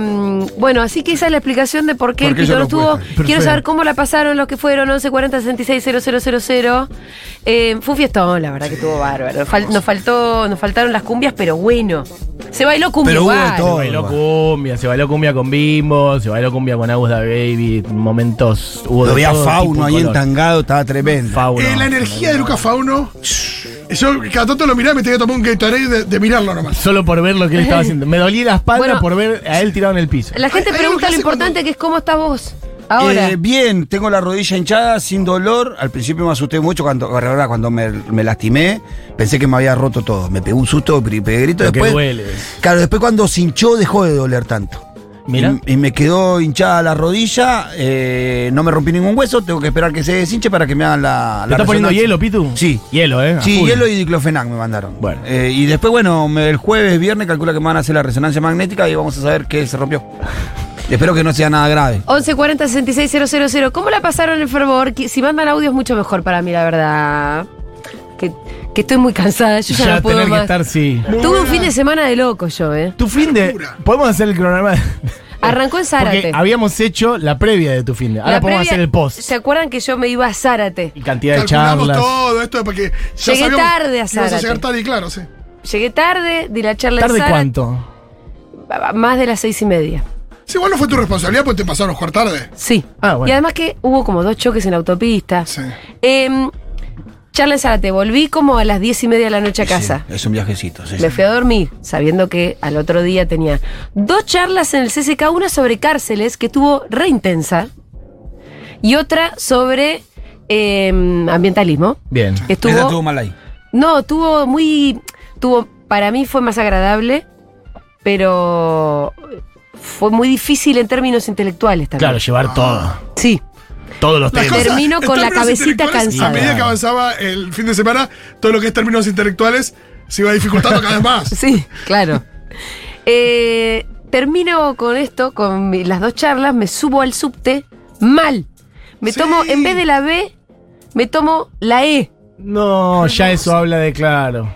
Speaker 1: bueno, así que esa es la explicación de por qué el
Speaker 3: Porque
Speaker 1: Pitu
Speaker 3: yo
Speaker 1: no
Speaker 3: no pude
Speaker 1: estuvo.
Speaker 3: estar ahí.
Speaker 1: Quiero
Speaker 5: Perfecto.
Speaker 1: saber cómo la pasaron los que fueron 1140 000. Eh, fue un fiestón, la verdad que estuvo bárbaro. Fal- nos, faltó, nos faltaron las cumbias, pero bueno. Se bailó cumbia
Speaker 3: Pero hubo
Speaker 1: igual.
Speaker 3: de
Speaker 5: Se
Speaker 3: todo.
Speaker 5: bailó cumbia, se bailó cumbia con Bimbo, se bailó cumbia con Agus da Baby, momentos hubo
Speaker 3: Lo
Speaker 5: de
Speaker 3: veía
Speaker 5: todo tipo
Speaker 3: Fauno
Speaker 5: y
Speaker 3: ahí
Speaker 5: color.
Speaker 3: entangado, estaba tremendo.
Speaker 5: Fauno.
Speaker 2: eh, la energía de Luca Fauno. Yo cada tanto lo miraba y me tenía que tomar un Gatorade de, de mirarlo nomás.
Speaker 5: Solo por ver lo que él estaba haciendo. Me dolí la espalda
Speaker 1: Bueno.
Speaker 5: por ver a él tirado en el piso.
Speaker 1: La gente
Speaker 2: Hay- hay algo que
Speaker 1: pregunta lo
Speaker 2: hace
Speaker 1: importante
Speaker 2: cuando-
Speaker 1: que es cómo estás vos ahora.
Speaker 3: Eh, bien, tengo la rodilla hinchada, sin dolor. Al principio me asusté mucho cuando, ahora cuando me, me lastimé. Pensé que me había roto todo. Me pegó un susto, pe- pegué grito.
Speaker 5: Lo que
Speaker 3: después,
Speaker 5: duele.
Speaker 3: Claro, después cuando se hinchó dejó de doler tanto.
Speaker 5: Mira.
Speaker 3: Y, y me quedó hinchada la rodilla, eh, no me rompí ningún hueso, tengo que esperar que se deshinche para que me hagan la...
Speaker 5: ¿Te
Speaker 3: la
Speaker 5: estás poniendo
Speaker 3: resonancia.
Speaker 5: hielo, Pitu?
Speaker 3: Sí.
Speaker 5: Hielo, ¿eh? A
Speaker 3: Sí,
Speaker 5: full.
Speaker 3: hielo y diclofenac me mandaron.
Speaker 5: Bueno.
Speaker 3: Eh, y después, bueno, me- el jueves, viernes, calcula que me van a hacer la resonancia magnética y vamos a saber que se rompió. Espero que no sea nada grave.
Speaker 1: 1140 000. ¿Cómo la pasaron en fervor? Que- Si mandan audios, mucho mejor para mí, la verdad. Que, que estoy muy cansada, yo ya,
Speaker 5: Ya
Speaker 1: no puedo
Speaker 5: tener
Speaker 1: más.
Speaker 5: que estar, sí.
Speaker 1: Tuve un fin de semana de loco yo, ¿eh?
Speaker 5: Tu fin de.
Speaker 2: Locura.
Speaker 5: Podemos hacer el cronograma.
Speaker 1: Arrancó en
Speaker 5: Porque
Speaker 1: Zárate.
Speaker 5: habíamos hecho la previa de tu fin de. Ahora
Speaker 1: La
Speaker 5: podemos
Speaker 1: previa-
Speaker 5: hacer el post.
Speaker 1: ¿Se acuerdan que yo me iba a Zárate?
Speaker 5: Y cantidad de
Speaker 2: Calculamos
Speaker 5: charlas.
Speaker 2: todo esto porque ya
Speaker 1: Llegué
Speaker 2: sabíamos
Speaker 1: tarde a
Speaker 2: que ibas a
Speaker 1: Zárate.
Speaker 2: llegar tarde y claro, sí.
Speaker 1: Llegué tarde, di la charla
Speaker 5: ¿Tarde
Speaker 1: en Zárate.
Speaker 5: cuánto?
Speaker 1: a- a- Más de las seis y media.
Speaker 2: Sí, igual no fue tu responsabilidad porque te pasaron a jugar tarde.
Speaker 1: Sí.
Speaker 5: Ah, bueno.
Speaker 1: Y además que hubo como dos choques en la autopista.
Speaker 2: Sí.
Speaker 1: Em, charla en Zárate, volví como a las diez y media de la noche a casa.
Speaker 3: Sí, es un viajecito, sí.
Speaker 1: Me fui a dormir sabiendo que al otro día tenía dos charlas en el CCK, una sobre cárceles que estuvo re intensa y otra sobre eh, ambientalismo.
Speaker 5: Bien.
Speaker 1: que
Speaker 3: Esa estuvo
Speaker 1: Estuvo,
Speaker 3: mal ahí.
Speaker 1: no, tuvo muy, tuvo, para mí fue más agradable, pero fue muy difícil en términos intelectuales también.
Speaker 5: Claro, llevar
Speaker 3: Ah.
Speaker 5: todo.
Speaker 1: Sí,
Speaker 5: Todos los
Speaker 2: Las
Speaker 5: temas.
Speaker 2: cosas-
Speaker 1: Termino
Speaker 2: en
Speaker 1: con la
Speaker 2: términos
Speaker 1: cabecita
Speaker 2: intelectuales,
Speaker 1: cansada.
Speaker 2: A medida que avanzaba el fin de semana, todo lo que es términos intelectuales se iba dificultando cada vez más.
Speaker 1: Sí, claro. Eh, termino con esto, con mi- las dos charlas, me subo al subte mal. Me
Speaker 2: Sí.
Speaker 1: tomo, en vez de la B, me tomo la E,
Speaker 5: No, ya eso habla de claro.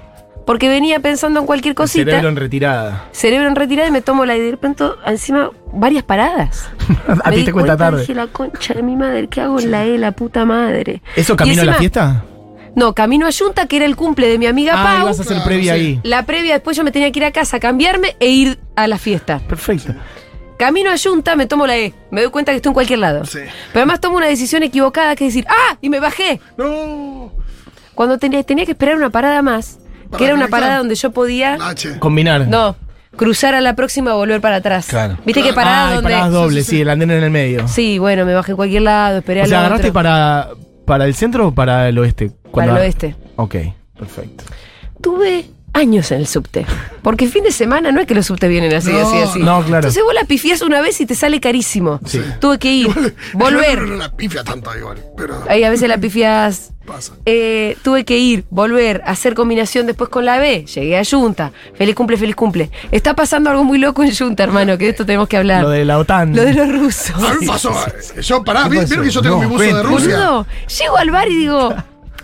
Speaker 1: porque venía pensando en cualquier
Speaker 5: El
Speaker 1: cosita.
Speaker 5: Cerebro en retirada.
Speaker 1: cerebro en retirada y me tomo la y de repente encima varias paradas.
Speaker 5: A
Speaker 1: Me
Speaker 5: ti
Speaker 1: di
Speaker 5: te cuesta tarde.
Speaker 1: Dije, la concha de mi madre, ¿qué hago en la E, la puta madre?
Speaker 5: ¿Eso
Speaker 1: Y
Speaker 5: camino a la
Speaker 1: encima-
Speaker 5: fiesta?
Speaker 1: No, camino a Yunta, que era el cumple de mi amiga
Speaker 5: Ah,
Speaker 1: Pau.
Speaker 5: vas a hacer
Speaker 2: Claro,
Speaker 5: previa
Speaker 2: sí.
Speaker 5: ahí.
Speaker 1: La previa, después yo me tenía que ir a casa, cambiarme e ir a la fiesta.
Speaker 5: Perfecto.
Speaker 1: Camino a Yunta, me tomo la E. Me doy cuenta que estoy en cualquier lado.
Speaker 2: Sí.
Speaker 1: Pero además tomo una decisión equivocada que es decir, ¡ah! Y me bajé.
Speaker 2: No.
Speaker 1: Cuando tenía, tenía que esperar una parada más,
Speaker 2: Para Ah.
Speaker 1: que era una
Speaker 2: regresar.
Speaker 1: parada donde yo podía.
Speaker 2: Nache.
Speaker 5: Combinar.
Speaker 1: No, cruzar a la próxima y volver para atrás.
Speaker 3: Claro.
Speaker 1: Viste que parada
Speaker 5: Ah, y
Speaker 1: donde.
Speaker 5: paradas dobles, sí, el andén en el medio.
Speaker 1: Sí, bueno, me bajé en cualquier lado, esperé
Speaker 5: O
Speaker 1: al
Speaker 5: sea, agarraste
Speaker 1: otro.
Speaker 5: para, para el centro o para el oeste.
Speaker 1: Para
Speaker 5: Cuando-
Speaker 1: el oeste.
Speaker 5: Ok, perfecto.
Speaker 1: Tuve años en el subte. Porque fin de semana no es que los subtes vienen así,
Speaker 2: No,
Speaker 1: así, así.
Speaker 5: no, claro.
Speaker 1: Entonces vos la pifias una vez y te sale carísimo.
Speaker 5: Sí.
Speaker 1: Tuve que ir,
Speaker 2: Yo No
Speaker 1: volver.
Speaker 2: la pifia tanto igual, pero
Speaker 1: Ahí a veces la pifias.
Speaker 2: pasa.
Speaker 1: Eh, tuve que ir, volver, hacer combinación después con la B. Llegué a Junta. Feliz cumple, feliz cumple. Está pasando algo muy loco en Junta, hermano, que de esto tenemos que hablar.
Speaker 5: Lo de la OTAN.
Speaker 1: Lo de los rusos.
Speaker 2: A mí me pasó. eh, Yo pará, vi- vieron que yo tengo
Speaker 3: No,
Speaker 2: mi buzo de
Speaker 3: cuente.
Speaker 2: Rusia.
Speaker 1: Boludo, llego al bar y digo,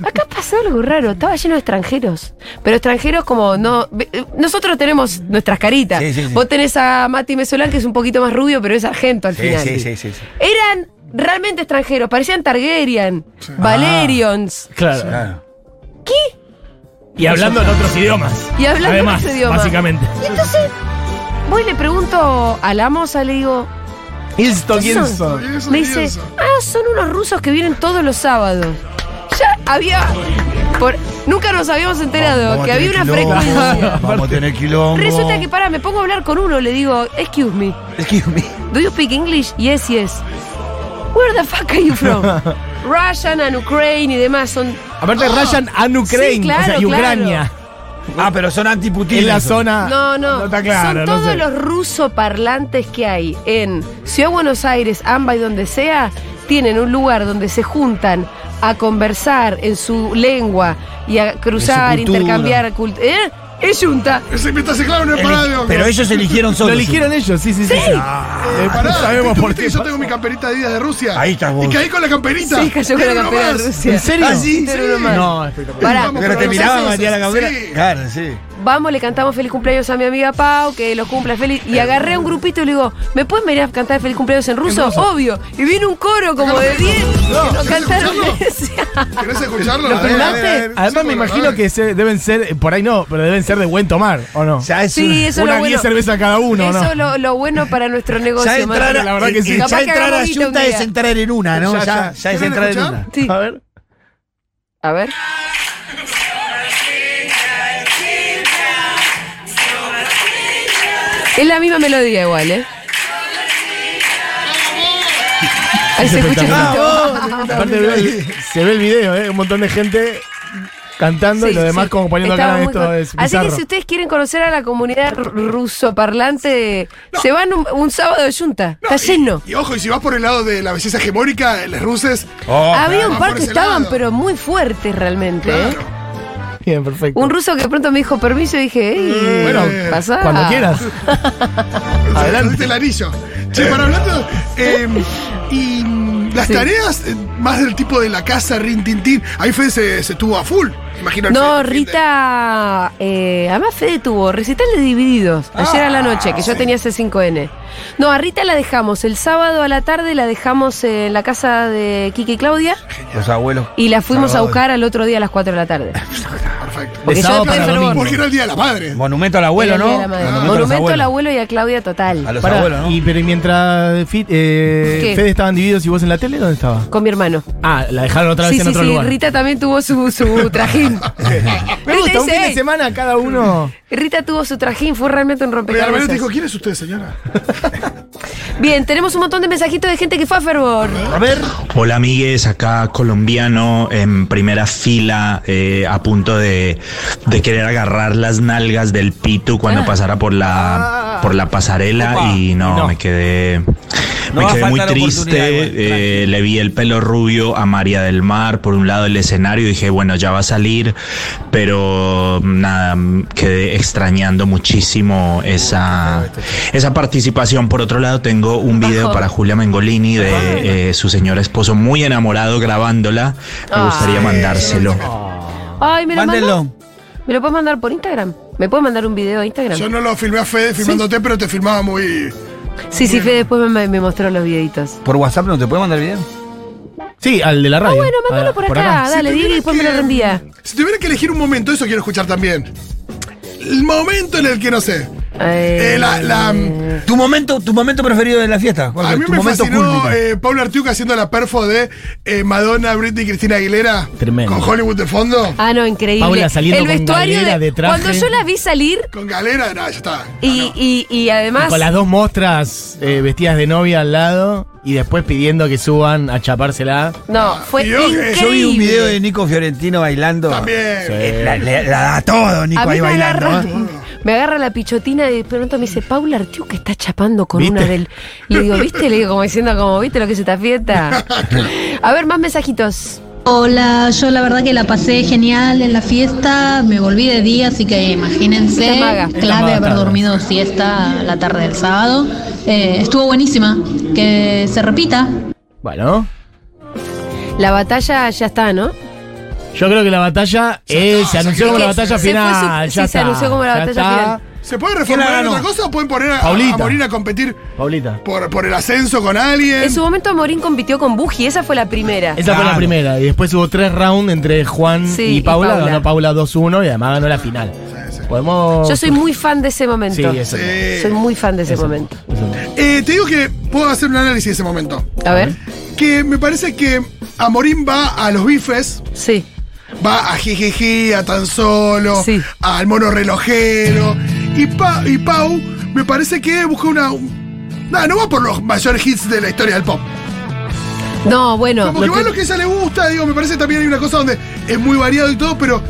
Speaker 1: acá pasó algo raro, estaba lleno de extranjeros. Pero extranjeros como no. ve- eh, Nosotros tenemos nuestras caritas.
Speaker 3: Sí, sí, sí.
Speaker 1: Vos tenés a Mati Mesolán, que es un poquito más rubio, pero es argento al
Speaker 3: Sí,
Speaker 1: final.
Speaker 3: sí, sí, sí, sí.
Speaker 1: Eran realmente extranjeros, parecían Targaryen,
Speaker 3: Ah.
Speaker 1: Valerians.
Speaker 5: Claro.
Speaker 3: Claro.
Speaker 5: Y hablando en otros idiomas.
Speaker 1: Y hablando en
Speaker 5: Además,
Speaker 1: otros idiomas.
Speaker 5: Básicamente.
Speaker 1: Y entonces, voy y le pregunto a la moza, le digo,
Speaker 5: Hilston
Speaker 1: ¿Qué son?
Speaker 5: Gilson.
Speaker 2: Y eso,
Speaker 1: Me
Speaker 2: y
Speaker 1: dice,
Speaker 2: eso.
Speaker 1: ah, son unos rusos que vienen todos los sábados. Ya había. por- nunca nos habíamos enterado
Speaker 3: Vamos
Speaker 1: que
Speaker 3: a
Speaker 1: había
Speaker 3: tener
Speaker 1: una
Speaker 3: quilombo,
Speaker 1: frecuencia.
Speaker 3: Vamos a tener quilombo.
Speaker 1: Resulta que para, me pongo a hablar con uno, le digo, excuse me,
Speaker 3: Excuse me.
Speaker 1: do you speak English? Yes, yes. Where the fuck are you from? Russian and Ukraine y demás son.
Speaker 5: Aparte, rayan a Ukraine.
Speaker 1: Ah. Sí, claro,
Speaker 5: o sea, y
Speaker 1: claro.
Speaker 5: Ucrania.
Speaker 3: Ah, pero son antiputín.
Speaker 5: En la
Speaker 3: esos.
Speaker 5: zona.
Speaker 1: No, no.
Speaker 5: está claro,
Speaker 1: son
Speaker 5: Ah, no
Speaker 1: todos
Speaker 5: sé.
Speaker 1: los ruso parlantes que hay en Ciudad de Buenos Aires, AMBA y donde sea, tienen un lugar donde se juntan a conversar en su lengua y a cruzar,
Speaker 3: cultura.
Speaker 1: intercambiar cultura. ¿Eh? Es junta.
Speaker 2: Ese me está ciclado en el parada de
Speaker 3: Pero ellos eligieron
Speaker 5: Lo
Speaker 3: solos.
Speaker 5: eligieron ellos, sí, sí, sí. sí. Eh,
Speaker 2: Pará,
Speaker 5: no sabemos
Speaker 2: ¿viste
Speaker 5: por
Speaker 2: que
Speaker 5: qué.
Speaker 2: Yo tengo mi camperita de Días de Rusia.
Speaker 3: Ahí estás vos.
Speaker 2: Y caí con la camperita.
Speaker 1: Sí, cayó con la
Speaker 2: Era uno
Speaker 1: campera
Speaker 2: más.
Speaker 1: de Rusia.
Speaker 5: ¿En serio?
Speaker 3: Ah, sí,
Speaker 1: Era uno más.
Speaker 5: No, espectacular.
Speaker 1: Pará,
Speaker 2: Vamos,
Speaker 3: Pero te
Speaker 2: Pero
Speaker 3: miraban,
Speaker 2: nosotros-
Speaker 3: Matías la campera.
Speaker 2: sí.
Speaker 3: Claro, sí.
Speaker 1: Vamos, le cantamos feliz cumpleaños a mi amiga Pau, que los cumpla feliz. Y agarré a un grupito y le digo, ¿me pueden venir a cantar feliz cumpleaños en ruso? Obvio. Y viene un coro como de 10 que nos cantaron.
Speaker 2: ¿Querés escucharlo?
Speaker 5: Lo
Speaker 2: A ver, a ver, a
Speaker 5: filmaste.
Speaker 2: ver. Sí,
Speaker 5: Además, me
Speaker 2: bueno, a
Speaker 5: imagino
Speaker 2: ver.
Speaker 5: que se- deben ser, eh, por ahí no, pero deben ser de buen tomar, ¿o no?
Speaker 3: Ya es
Speaker 1: Sí, eso es
Speaker 5: Una
Speaker 1: lo
Speaker 5: 10
Speaker 1: bueno.
Speaker 5: cervezas cada uno,
Speaker 1: Eso
Speaker 5: ¿no?
Speaker 1: es lo, lo bueno para nuestro negocio.
Speaker 3: ya entrar,
Speaker 1: Martín.
Speaker 3: a-
Speaker 5: la verdad que sí.
Speaker 3: y- y
Speaker 1: Capaz
Speaker 3: ya
Speaker 1: que
Speaker 3: entrar a
Speaker 1: hagamos guita un
Speaker 3: Junta
Speaker 1: día.
Speaker 3: es entrar en una, ¿no?
Speaker 5: Ya,
Speaker 3: Ya, ya,
Speaker 5: ya.
Speaker 3: es
Speaker 2: ¿Quieren
Speaker 3: entrar
Speaker 2: escuchar?
Speaker 3: en una.
Speaker 1: Sí,
Speaker 5: A ver.
Speaker 1: a ver. Es la misma melodía igual, ¿eh? Ahí se escucha
Speaker 5: espectacular. Ah,
Speaker 1: el grito.
Speaker 5: Aparte, veo el- se ve el video, ¿eh? Un montón de gente cantando y
Speaker 1: Sí,
Speaker 5: lo demás
Speaker 1: sí.
Speaker 5: como poniendo
Speaker 1: Estaba
Speaker 5: cara.
Speaker 1: muy
Speaker 5: Esto
Speaker 1: con-
Speaker 5: es
Speaker 1: Así que
Speaker 5: bizarro.
Speaker 1: si ustedes quieren conocer a la comunidad ru- rusoparlante, se van un, un sábado de yunta.
Speaker 2: No,
Speaker 1: Está
Speaker 2: y-
Speaker 1: lleno.
Speaker 2: Y, ojo, y si vas por el lado de la belleza hegemónica, los ruses.
Speaker 1: Había un
Speaker 2: claro,
Speaker 1: par
Speaker 2: por
Speaker 1: que
Speaker 2: ese
Speaker 1: estaban,
Speaker 2: lado.
Speaker 1: pero muy fuertes realmente. ¿eh?
Speaker 2: Claro.
Speaker 5: Bien, perfecto.
Speaker 1: Un ruso que de pronto me dijo permiso y dije, "Ey,
Speaker 5: Eh,
Speaker 2: Bueno,
Speaker 1: pasá".
Speaker 5: Cuando quieras.
Speaker 2: Adelante. el anillo. Che, para hablando. eh, y mm, las tareas, eh, más del tipo de la casa, rin, tin, tin. Ahí Fede se, se estuvo a full. Imagino. el Fede,
Speaker 1: No,
Speaker 2: el fin
Speaker 1: Rita, eh, además Fede tuvo recital de Divididos ayer a la noche, que yo tenía C5N. No, a Rita la dejamos el sábado a la tarde, la dejamos en la casa de Kiki y Claudia
Speaker 3: Los abuelos.
Speaker 1: y la fuimos
Speaker 3: Sábado.
Speaker 1: a buscar al otro día a las 4 de la tarde.
Speaker 2: de- Perfecto.
Speaker 1: Porque yo
Speaker 5: sábado
Speaker 1: después
Speaker 5: para
Speaker 1: de fervor.
Speaker 5: domingo.
Speaker 2: Porque era el día de la madre.
Speaker 3: Monumento al
Speaker 1: Era
Speaker 3: abuelo,
Speaker 1: el día
Speaker 3: ¿no?
Speaker 1: de la madre.
Speaker 3: Ah,
Speaker 1: Monumento al
Speaker 3: abuelos.
Speaker 1: abuelo y a Claudia total.
Speaker 3: A los
Speaker 5: Pará,
Speaker 3: abuelos, ¿no?
Speaker 5: Y, pero y mientras Fit- eh,
Speaker 1: ¿Qué?
Speaker 5: Fede estaban divididos y vos en la tele, ¿dónde estaba?
Speaker 1: Con mi hermano.
Speaker 5: Ah, la dejaron otra vez
Speaker 1: sí,
Speaker 5: en
Speaker 1: sí,
Speaker 5: otro
Speaker 1: sí.
Speaker 5: lugar.
Speaker 1: Rita también tuvo su, su trajín.
Speaker 5: Me
Speaker 1: Rita
Speaker 5: gusta, un
Speaker 1: dice,
Speaker 5: fin de
Speaker 1: "Ey".
Speaker 5: semana cada uno.
Speaker 1: Rita tuvo su trajín, fue realmente un
Speaker 2: Pero Alberto
Speaker 1: rompecabezas.
Speaker 2: dijo: ¿Quién es usted, señora?
Speaker 1: Bien, tenemos un montón de mensajitos de gente que fue a fervor.
Speaker 3: A ver.
Speaker 7: Hola amigues, acá colombiano en primera fila eh, a punto de de, de querer agarrar las nalgas del pitu cuando pasara por la, por la pasarela
Speaker 4: Ah. Opa.
Speaker 7: y no,
Speaker 5: No.
Speaker 7: me quedé...
Speaker 4: No
Speaker 7: me
Speaker 4: va a
Speaker 7: quedé muy
Speaker 4: faltar oportunidad,
Speaker 7: triste,
Speaker 4: igual,
Speaker 7: eh, le vi el pelo rubio a María del Mar por un lado del escenario, dije, bueno, ya va a salir, pero nada, mm, quedé extrañando muchísimo esa, esa participación. Por otro lado, tengo un video
Speaker 1: Bajo.
Speaker 7: para Julia Mengolini de eh, su señor esposo muy enamorado grabándola. Me
Speaker 1: Ah.
Speaker 7: gustaría mandárselo.
Speaker 1: Ay, me lo mandó.
Speaker 4: Mándenlo.
Speaker 1: ¿Me lo puedes mandar por Instagram? ¿Me puedes mandar un video a Instagram?
Speaker 2: Yo no lo filmé a Fede filmándote, pero te filmaba muy.
Speaker 1: Sí, sí, Fede después me, me mostró los videitos.
Speaker 4: ¿Por WhatsApp no te puede mandar video?
Speaker 5: Sí, al de la radio.
Speaker 1: Bueno, mándalo
Speaker 5: Ah,
Speaker 1: por, acá, dale, Diego, y
Speaker 2: Si tuviera
Speaker 1: después me
Speaker 2: que-
Speaker 1: lo rendía.
Speaker 2: Si tuviera que elegir un momento, eso quiero escuchar también. El momento en el que no sé. Eh, la- la-
Speaker 4: ¿Tu momento, tu momento preferido de la fiesta? ¿Cuál
Speaker 2: A
Speaker 4: fue?
Speaker 2: mí
Speaker 4: ¿Tu
Speaker 2: me
Speaker 4: momento
Speaker 2: fascinó
Speaker 4: culmen?
Speaker 2: eh, Paula Artiuk haciendo la perfo de eh, Madonna, Britney y Cristina Aguilera.
Speaker 5: Tremendo.
Speaker 2: Con Hollywood de fondo.
Speaker 1: Ah, no, increíble.
Speaker 5: Paula saliendo
Speaker 1: El
Speaker 5: con
Speaker 1: vestuario
Speaker 5: galera de traje. Ah,
Speaker 1: Cuando yo la vi salir
Speaker 2: Con galera, no, ya está. Ah,
Speaker 1: y, y- y además.
Speaker 5: Con las dos mostras eh, vestidas de novia al lado y después pidiendo que suban a chapársela.
Speaker 1: No, fue
Speaker 2: Dios, eh,
Speaker 1: increíble.
Speaker 2: yo
Speaker 4: Yo vi un video de Nico Fiorentino bailando.
Speaker 2: También.
Speaker 4: Eh, La, le- la da todo, Nico
Speaker 1: A mí
Speaker 4: ahí
Speaker 1: me
Speaker 4: bailando.
Speaker 1: agarra,
Speaker 4: ¿eh?
Speaker 1: me agarra la pichotina y de pronto me dice, Paula Artiu que está chapando con
Speaker 5: ¿Viste?
Speaker 1: una del. Le digo, ¿viste? Le digo, como diciendo, como, ¿viste lo que es esta fiesta? A ver, más mensajitos.
Speaker 8: Hola, yo la verdad que la pasé genial en la fiesta, me volví de día, así que imagínense,
Speaker 1: Esta maga.
Speaker 5: Esta maga
Speaker 8: clave haber
Speaker 5: tarde.
Speaker 8: dormido siesta la tarde del sábado. Eh, estuvo buenísima, que se repita.
Speaker 5: Bueno,
Speaker 1: La batalla ya está, ¿no?
Speaker 5: yo creo que la batalla eh, se anunció como la
Speaker 1: que
Speaker 5: batalla
Speaker 1: se fue
Speaker 5: final.
Speaker 1: su-
Speaker 5: ya
Speaker 1: sí, se
Speaker 5: está,
Speaker 1: anunció como la
Speaker 5: ya
Speaker 1: batalla
Speaker 5: está.
Speaker 1: final.
Speaker 2: ¿Se puede reformar en otra cosa o pueden poner a, a-
Speaker 5: Paulita.
Speaker 2: a Morín a competir
Speaker 5: Paulita.
Speaker 2: por, por el ascenso con alguien?
Speaker 1: En su momento Morín compitió con Buji, esa fue la primera.
Speaker 5: Esa fue la
Speaker 4: Claro.
Speaker 5: primera. Y después hubo tres rounds entre Juan
Speaker 1: Sí,
Speaker 5: y,
Speaker 1: y
Speaker 5: Paula.
Speaker 1: Paula.
Speaker 5: Ganó Paula 2-1 y además ganó la final. Podemos.
Speaker 1: Yo soy muy fan de ese
Speaker 5: Sí,
Speaker 1: momento.
Speaker 5: eso.
Speaker 2: Sí.
Speaker 1: Soy muy fan de ese momento.
Speaker 5: eso.
Speaker 2: Eh, te digo que puedo hacer un análisis de ese momento.
Speaker 1: A ver,
Speaker 2: Que me parece que Amorín va a los bifes,
Speaker 1: sí.
Speaker 2: va a Jijiji, a Tan Solo,
Speaker 1: Sí.
Speaker 2: al mono relojero. Y, Pa- y Pau me parece que busca una. un- Nada, no va por los mayores hits de la historia del pop.
Speaker 1: No, bueno.
Speaker 2: Como que va a lo que a ella le gusta, digo, me parece también hay una cosa donde es muy variado y todo, pero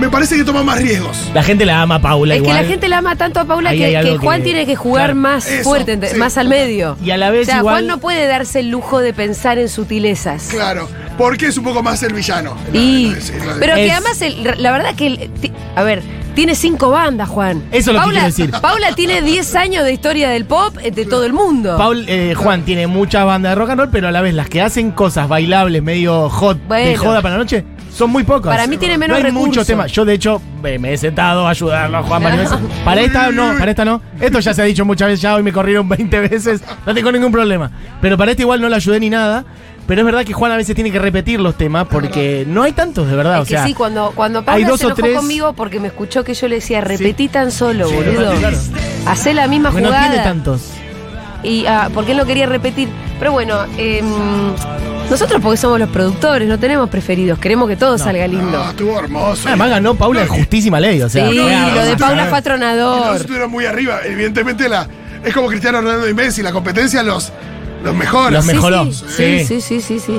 Speaker 2: me parece que toma más riesgos.
Speaker 5: La gente la ama a Paula
Speaker 1: Es que
Speaker 5: igual.
Speaker 1: la gente la ama tanto a Paula
Speaker 5: Ahí
Speaker 1: que,
Speaker 5: hay algo
Speaker 1: que Juan
Speaker 5: que-
Speaker 1: tiene que jugar
Speaker 5: claro.
Speaker 1: más
Speaker 2: Eso,
Speaker 1: fuerte, ente-
Speaker 2: sí.
Speaker 1: más al medio.
Speaker 5: Y a la vez
Speaker 1: O sea,
Speaker 5: igual-
Speaker 1: Juan no puede darse el lujo de pensar en sutilezas.
Speaker 2: Claro, porque es un poco más el villano.
Speaker 1: Y,
Speaker 2: Sí, claro.
Speaker 1: pero que
Speaker 5: Es-
Speaker 1: además, el- la verdad que, el- ti- a ver, tiene cinco bandas, Juan.
Speaker 5: Eso es lo que
Speaker 1: Paula,
Speaker 5: quiero decir.
Speaker 1: Paula tiene 10 años de historia del pop eh, de todo el mundo.
Speaker 5: Paul, eh, Juan tiene muchas bandas de rock and roll, pero a la vez las que hacen cosas bailables, medio hot, de
Speaker 1: Bueno.
Speaker 5: joda para la noche, son muy pocas.
Speaker 1: Para mí tiene menos
Speaker 5: no hay
Speaker 1: recursos.
Speaker 5: muchos temas. Yo, de hecho, eh, me he sentado a ayudarlo a Juan varias veces. Para esta no, para esta no. Esto ya se ha dicho muchas veces, ya hoy me corrieron 20 veces, no tengo ningún problema. Pero para este igual no le ayudé ni nada. Pero es verdad que Juan a veces tiene que repetir los temas porque no hay tantos, de verdad.
Speaker 1: Es
Speaker 5: o
Speaker 1: que
Speaker 5: sea,
Speaker 1: sí, cuando, cuando
Speaker 5: hay
Speaker 1: Paula
Speaker 5: dos
Speaker 1: se
Speaker 5: o
Speaker 1: enojó
Speaker 5: tres-
Speaker 1: conmigo porque me escuchó que yo le decía, repetí tan solo,
Speaker 5: Sí,
Speaker 1: boludo.
Speaker 5: repetí, claro.
Speaker 1: Hacé la misma
Speaker 5: porque no
Speaker 1: jugada.
Speaker 5: tiene tantos.
Speaker 1: Y ah, porque él no quería repetir. Pero bueno, em, nosotros porque somos los productores, no tenemos preferidos, queremos que todo salga lindo. Ah,
Speaker 2: No, Ah, estuvo hermoso.
Speaker 5: Además ganó Paula de justísima ley, o sea.
Speaker 1: sí,
Speaker 5: fue a-
Speaker 1: lo de Paula fue
Speaker 2: No
Speaker 1: atronador.
Speaker 2: estuvieron muy arriba. Evidentemente la, es como Cristiano Ronaldo y Messi, la competencia los, los mejora.
Speaker 5: Los
Speaker 1: Sí,
Speaker 5: mejoró.
Speaker 1: Sí, sí, sí, sí, sí, sí.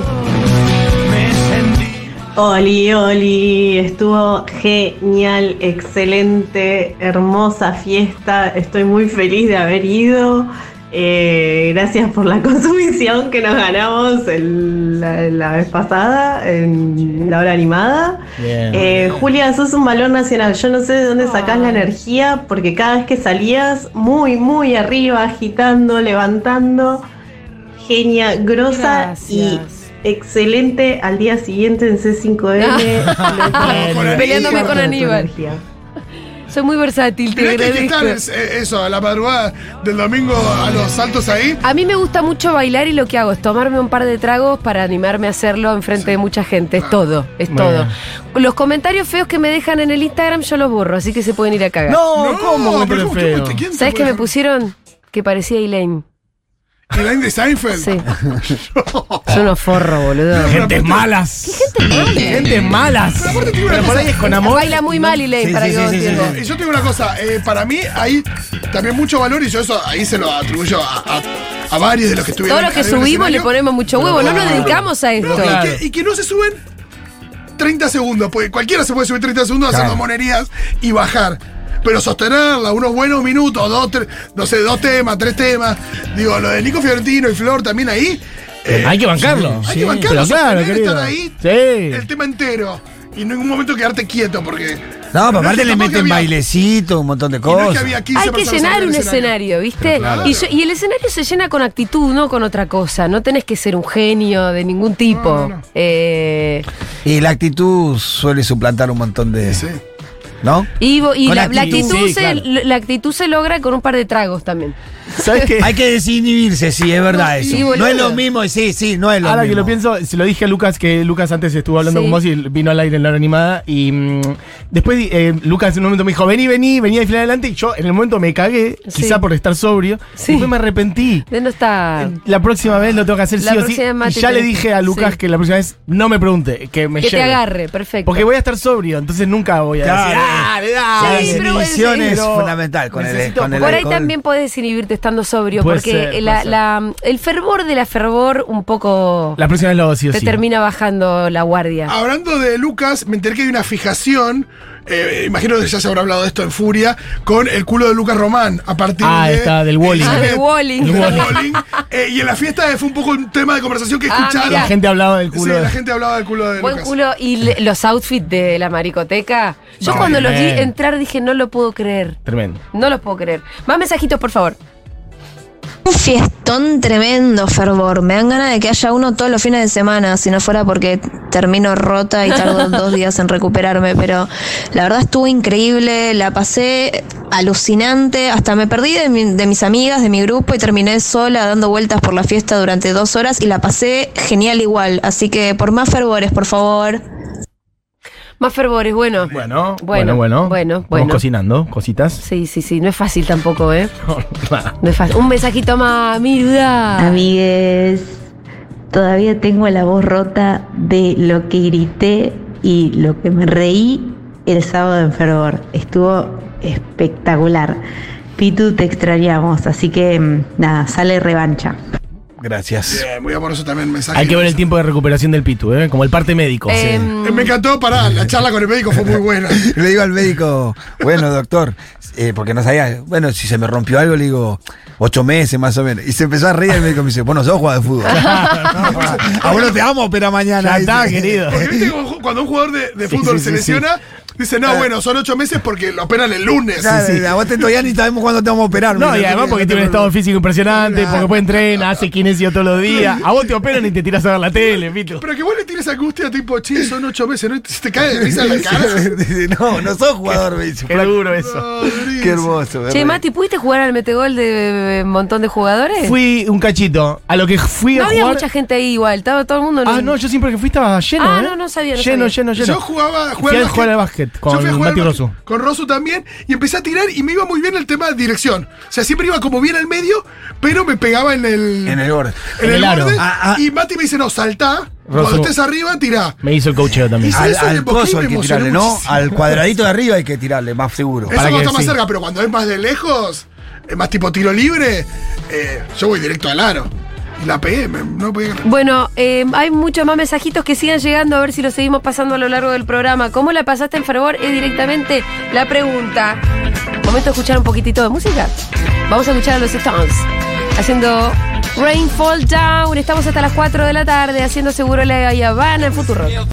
Speaker 9: Oli, Oli, estuvo genial, excelente, hermosa fiesta. Estoy muy feliz de haber ido. Eh, gracias por la consumición que nos ganamos el- la, la vez pasada en la hora animada.
Speaker 5: Bien.
Speaker 9: Eh, Julia, sos un valor nacional. Yo no sé de dónde sacás la energía porque cada vez que salías muy, muy arriba, agitando, levantando. Genia, grosa y
Speaker 1: Gracias.
Speaker 9: excelente al día siguiente en C5N.
Speaker 5: Bueno.
Speaker 1: Peleándome Ah, con Aníbal.
Speaker 9: Energía.
Speaker 1: Soy muy versátil, te
Speaker 2: Mirá que hay que estar
Speaker 1: agradezco.
Speaker 2: es- eh, eso, a la madrugada del domingo a los saltos ahí.
Speaker 1: A mí me gusta mucho bailar y lo que hago es tomarme un par de tragos para animarme a hacerlo enfrente de mucha gente. Es todo, es todo. Los comentarios feos que me dejan en el Instagram yo los borro, así que se pueden ir a cagar.
Speaker 5: No, ¿cómo?
Speaker 2: pero
Speaker 5: Pero feo.
Speaker 2: ¿quién- quién te
Speaker 1: ¿Sabes
Speaker 2: puede
Speaker 1: qué me
Speaker 2: dejar?
Speaker 1: pusieron? Que parecía Elaine.
Speaker 2: Elaine de Seinfeld.
Speaker 1: Sí. Son unos forros, boludo.
Speaker 5: Gentes malas. Gentes malas.
Speaker 2: Pero aparte tiene una
Speaker 5: Pero por
Speaker 2: cosa-
Speaker 5: ahí es con amor.
Speaker 1: Baila muy mal Elaine,
Speaker 4: Sí,
Speaker 1: para
Speaker 4: sí,
Speaker 1: que vos
Speaker 4: sí, sí, sí.
Speaker 1: entiendas.
Speaker 2: Y yo te digo una cosa, eh, para mí hay también mucho valor y yo eso ahí se lo atribuyo a, a- a varios de los que estuvieron.
Speaker 1: Todo lo que
Speaker 2: arriba del
Speaker 1: subimos le
Speaker 2: escenario.
Speaker 1: ponemos mucho huevo, no nos dedicamos a
Speaker 2: Pero
Speaker 1: esto.
Speaker 2: que- y, que, y que no se suben 30 segundos, porque cualquiera se puede subir 30 segundos
Speaker 3: Claro.
Speaker 2: haciendo monerías y bajar. Pero sostenerla unos buenos minutos, dos, tres, no sé, dos temas, tres temas. Digo, lo de Nico Fiorentino y Flor también ahí. eh,
Speaker 5: hay que bancarlo.
Speaker 2: hay
Speaker 5: sí,
Speaker 2: que bancarlo,
Speaker 5: pero claro,
Speaker 2: sostener,
Speaker 5: querido.
Speaker 2: estar ahí el
Speaker 5: Sí.
Speaker 2: tema entero. Y en ningún momento quedarte quieto, porque.
Speaker 3: No, pero
Speaker 2: es
Speaker 3: aparte
Speaker 2: que
Speaker 3: le
Speaker 2: tampoco
Speaker 3: meten
Speaker 2: había-
Speaker 3: bailecito, un montón de
Speaker 2: y no es que
Speaker 3: cosas.
Speaker 2: había 15
Speaker 1: Hay que
Speaker 2: personas
Speaker 1: llenar
Speaker 2: en
Speaker 1: un
Speaker 2: el
Speaker 1: escenario, ¿viste?
Speaker 2: Claro.
Speaker 1: Y, yo- y el escenario se llena con actitud, no con otra cosa. No tenés que ser un genio de ningún tipo.
Speaker 2: No, no, no.
Speaker 1: Eh,
Speaker 3: Y la actitud suele suplantar un montón de.
Speaker 2: Sí.
Speaker 3: ¿No?
Speaker 1: y vo- y
Speaker 3: Con
Speaker 1: la,
Speaker 3: actitud.
Speaker 1: la actitud
Speaker 3: Sí,
Speaker 1: se,
Speaker 3: claro.
Speaker 1: la actitud se logra con un par de tragos también.
Speaker 5: ¿Sabes qué?
Speaker 3: Hay que desinhibirse, sí, es verdad
Speaker 1: sí,
Speaker 3: eso.
Speaker 1: boludo.
Speaker 3: no es lo mismo, sí, sí, no es lo
Speaker 5: Ahora
Speaker 3: mismo.
Speaker 5: que lo pienso, se lo dije a Lucas, que Lucas antes estuvo hablando
Speaker 1: Sí.
Speaker 5: con vos y vino al aire en la hora animada. Y mm, después eh, Lucas en un momento me dijo, vení, vení, vení al final adelante. Y yo en el momento me cagué,
Speaker 1: Sí.
Speaker 5: quizá por estar sobrio.
Speaker 1: Sí.
Speaker 5: Y después me arrepentí.
Speaker 1: De no está.
Speaker 5: La próxima vez lo tengo que hacer
Speaker 1: La
Speaker 5: sí o sí.
Speaker 1: próxima es
Speaker 5: Y
Speaker 1: Mati
Speaker 5: ya le
Speaker 1: Peretti.
Speaker 5: dije a Lucas
Speaker 1: Sí.
Speaker 5: que la próxima vez no me pregunte, que me
Speaker 1: Que te
Speaker 5: lleve.
Speaker 1: agarre, perfecto.
Speaker 5: Porque voy a estar sobrio, entonces nunca voy a decir.
Speaker 3: Claro.
Speaker 5: "Ah, le da".
Speaker 3: La
Speaker 1: Sí, pero bueno,
Speaker 3: desinhibición
Speaker 1: sí,
Speaker 3: es
Speaker 5: pero
Speaker 3: fundamental con el,
Speaker 5: necesito
Speaker 3: con el
Speaker 1: Por ahí
Speaker 3: alcohol.
Speaker 1: también podés desinhibirte estando sobrio,
Speaker 5: Puede
Speaker 1: porque
Speaker 5: ser,
Speaker 1: la-
Speaker 5: puede ser.
Speaker 1: la- el fervor de la fervor un poco
Speaker 5: La próxima vez lo hago sí o
Speaker 1: te
Speaker 5: sí.
Speaker 1: termina bajando la guardia.
Speaker 2: Hablando de Lucas, me enteré que hay una fijación. eh, imagino que ya se habrá hablado de esto en Furia. Con el culo de Lucas Román. A partir
Speaker 5: Ah,
Speaker 2: de.
Speaker 5: está, del Walling.
Speaker 1: Ah, del Walling.
Speaker 2: Del Walling. Eh, y en la fiesta fue un poco un tema de conversación que
Speaker 1: Ah,
Speaker 2: escucharon.
Speaker 1: mirá.
Speaker 5: La gente hablaba del culo.
Speaker 2: Sí, la
Speaker 5: de-
Speaker 2: gente hablaba del culo de
Speaker 1: Buen
Speaker 2: Lucas.
Speaker 1: culo y le- los outfits de la maricoteca. Yo
Speaker 5: No,
Speaker 1: cuando los vi
Speaker 5: bien.
Speaker 1: entrar dije, no lo puedo creer.
Speaker 5: Tremendo.
Speaker 1: No los puedo creer. Más mensajitos, por favor.
Speaker 10: Un fiestón tremendo, fervor. Me dan ganas de que haya uno todos los fines de semana, si no fuera porque termino rota y tardo dos días en recuperarme. Pero la verdad estuvo increíble, la pasé alucinante, hasta me perdí de, mi- de mis amigas, de mi grupo y terminé sola dando vueltas por la fiesta durante dos horas y la pasé genial igual. Así que por más fervores, por favor.
Speaker 1: Más fervores, bueno.
Speaker 5: Bueno,
Speaker 1: Bueno,
Speaker 5: bueno, bueno.
Speaker 1: bueno,
Speaker 5: Vamos
Speaker 1: bueno.
Speaker 5: cocinando cositas.
Speaker 1: Sí, sí, sí, no es fácil tampoco, ¿eh? No es fácil. Un mensajito más, miruda.
Speaker 9: Amigues, todavía tengo la voz rota de lo que grité y lo que me reí el sábado en Fervor. Estuvo espectacular. Pitu, te extrañamos, así que mm, nada, sale revancha.
Speaker 3: Gracias.
Speaker 2: Bien, muy amoroso también el mensaje.
Speaker 5: Hay que ver el tiempo de recuperación del Pitu, ¿eh? como el parte médico.
Speaker 1: Em,
Speaker 2: Eh, Me encantó, pará, la charla con el médico fue muy buena.
Speaker 3: Le digo al médico, bueno, doctor, eh, porque no sabía, bueno, si se me rompió algo, le digo, ocho meses más o menos. Y se empezó a reír el médico me dice, vos no sos jugador de fútbol. a vos no te amo, pero mañana.
Speaker 5: Ya está,
Speaker 3: dice.
Speaker 5: querido.
Speaker 2: Porque viste como ju- cuando un jugador de, de
Speaker 5: Sí,
Speaker 2: fútbol
Speaker 5: sí, Ah.
Speaker 2: se
Speaker 5: sí,
Speaker 2: lesiona, dice, no, bueno, son ocho meses porque lo operan el lunes.
Speaker 3: Claro, A vos te todavía ni sabemos cuándo te vamos a operar.
Speaker 5: No,
Speaker 3: mira,
Speaker 5: y además
Speaker 3: te-
Speaker 5: porque
Speaker 3: no te
Speaker 5: tiene un estado
Speaker 3: preocupes.
Speaker 5: físico impresionante, porque puede entrenar, hace kinesio todos los días. A vos te operan y te tirás a ver la tele, Pitu.
Speaker 2: Pero que vos le tienes angustia tipo, che, son ocho meses, ¿no? Y te- Se te cae de risa en la cara.
Speaker 3: Dice, no, no sos jugador, me dice.
Speaker 5: Qué duro eso.
Speaker 2: No, durísimo.
Speaker 3: Qué hermoso. me
Speaker 1: che,
Speaker 3: reí.
Speaker 1: Mati, ¿pudiste jugar al metegol de un montón de jugadores?
Speaker 5: Fui un cachito. A lo que fui
Speaker 1: Eh. no
Speaker 5: a
Speaker 1: había
Speaker 5: jugar.
Speaker 1: mucha gente ahí igual, estaba todo el mundo en
Speaker 5: Ah,
Speaker 1: un-
Speaker 5: no, yo siempre que fui estaba lleno.
Speaker 1: Ah,
Speaker 5: ¿eh?
Speaker 1: no, no sabía, no
Speaker 5: lleno,
Speaker 1: sabía.
Speaker 5: lleno, lleno.
Speaker 2: Yo jugaba
Speaker 5: Fui a jugar al básquet con
Speaker 2: Yo fui a jugar al
Speaker 5: Mati
Speaker 2: básquet
Speaker 5: Rosu.
Speaker 2: Con Rosu también. Y empecé a tirar y me iba muy bien el tema de dirección. O sea, siempre iba como bien al medio, pero me pegaba en el.
Speaker 3: En el borde.
Speaker 2: en
Speaker 5: en
Speaker 2: el
Speaker 5: el aro.
Speaker 2: borde.
Speaker 3: Ah, ah.
Speaker 2: Y Mati me dice, no, saltá.
Speaker 5: Rosu.
Speaker 2: Cuando estés arriba, tirá.
Speaker 5: Me hizo el coacheo también.
Speaker 2: Sí,
Speaker 3: Al,
Speaker 2: eso le
Speaker 3: al
Speaker 2: emboqué y
Speaker 3: coso
Speaker 2: me
Speaker 3: hay que
Speaker 2: emocioné
Speaker 3: tirarle, ¿no?
Speaker 2: muchísimo.
Speaker 3: Al cuadradito de arriba hay que tirarle, más seguro.
Speaker 2: Eso
Speaker 5: Para
Speaker 2: cuando
Speaker 5: que
Speaker 2: está más
Speaker 5: sí.
Speaker 2: cerca, pero cuando es más de lejos, es más tipo tiro libre, eh, yo voy directo al aro. Y la pegué, me- no pegué.
Speaker 1: Bueno, eh, hay muchos más mensajitos que sigan llegando, a ver si los seguimos pasando a lo largo del programa. ¿Cómo la pasaste en fervor? Es directamente la pregunta. Momento de escuchar un poquitito de música. Vamos a escuchar a los Stones haciendo Rainfall Down. Estamos hasta las 4 de la tarde haciendo seguro la Habana en Futuro.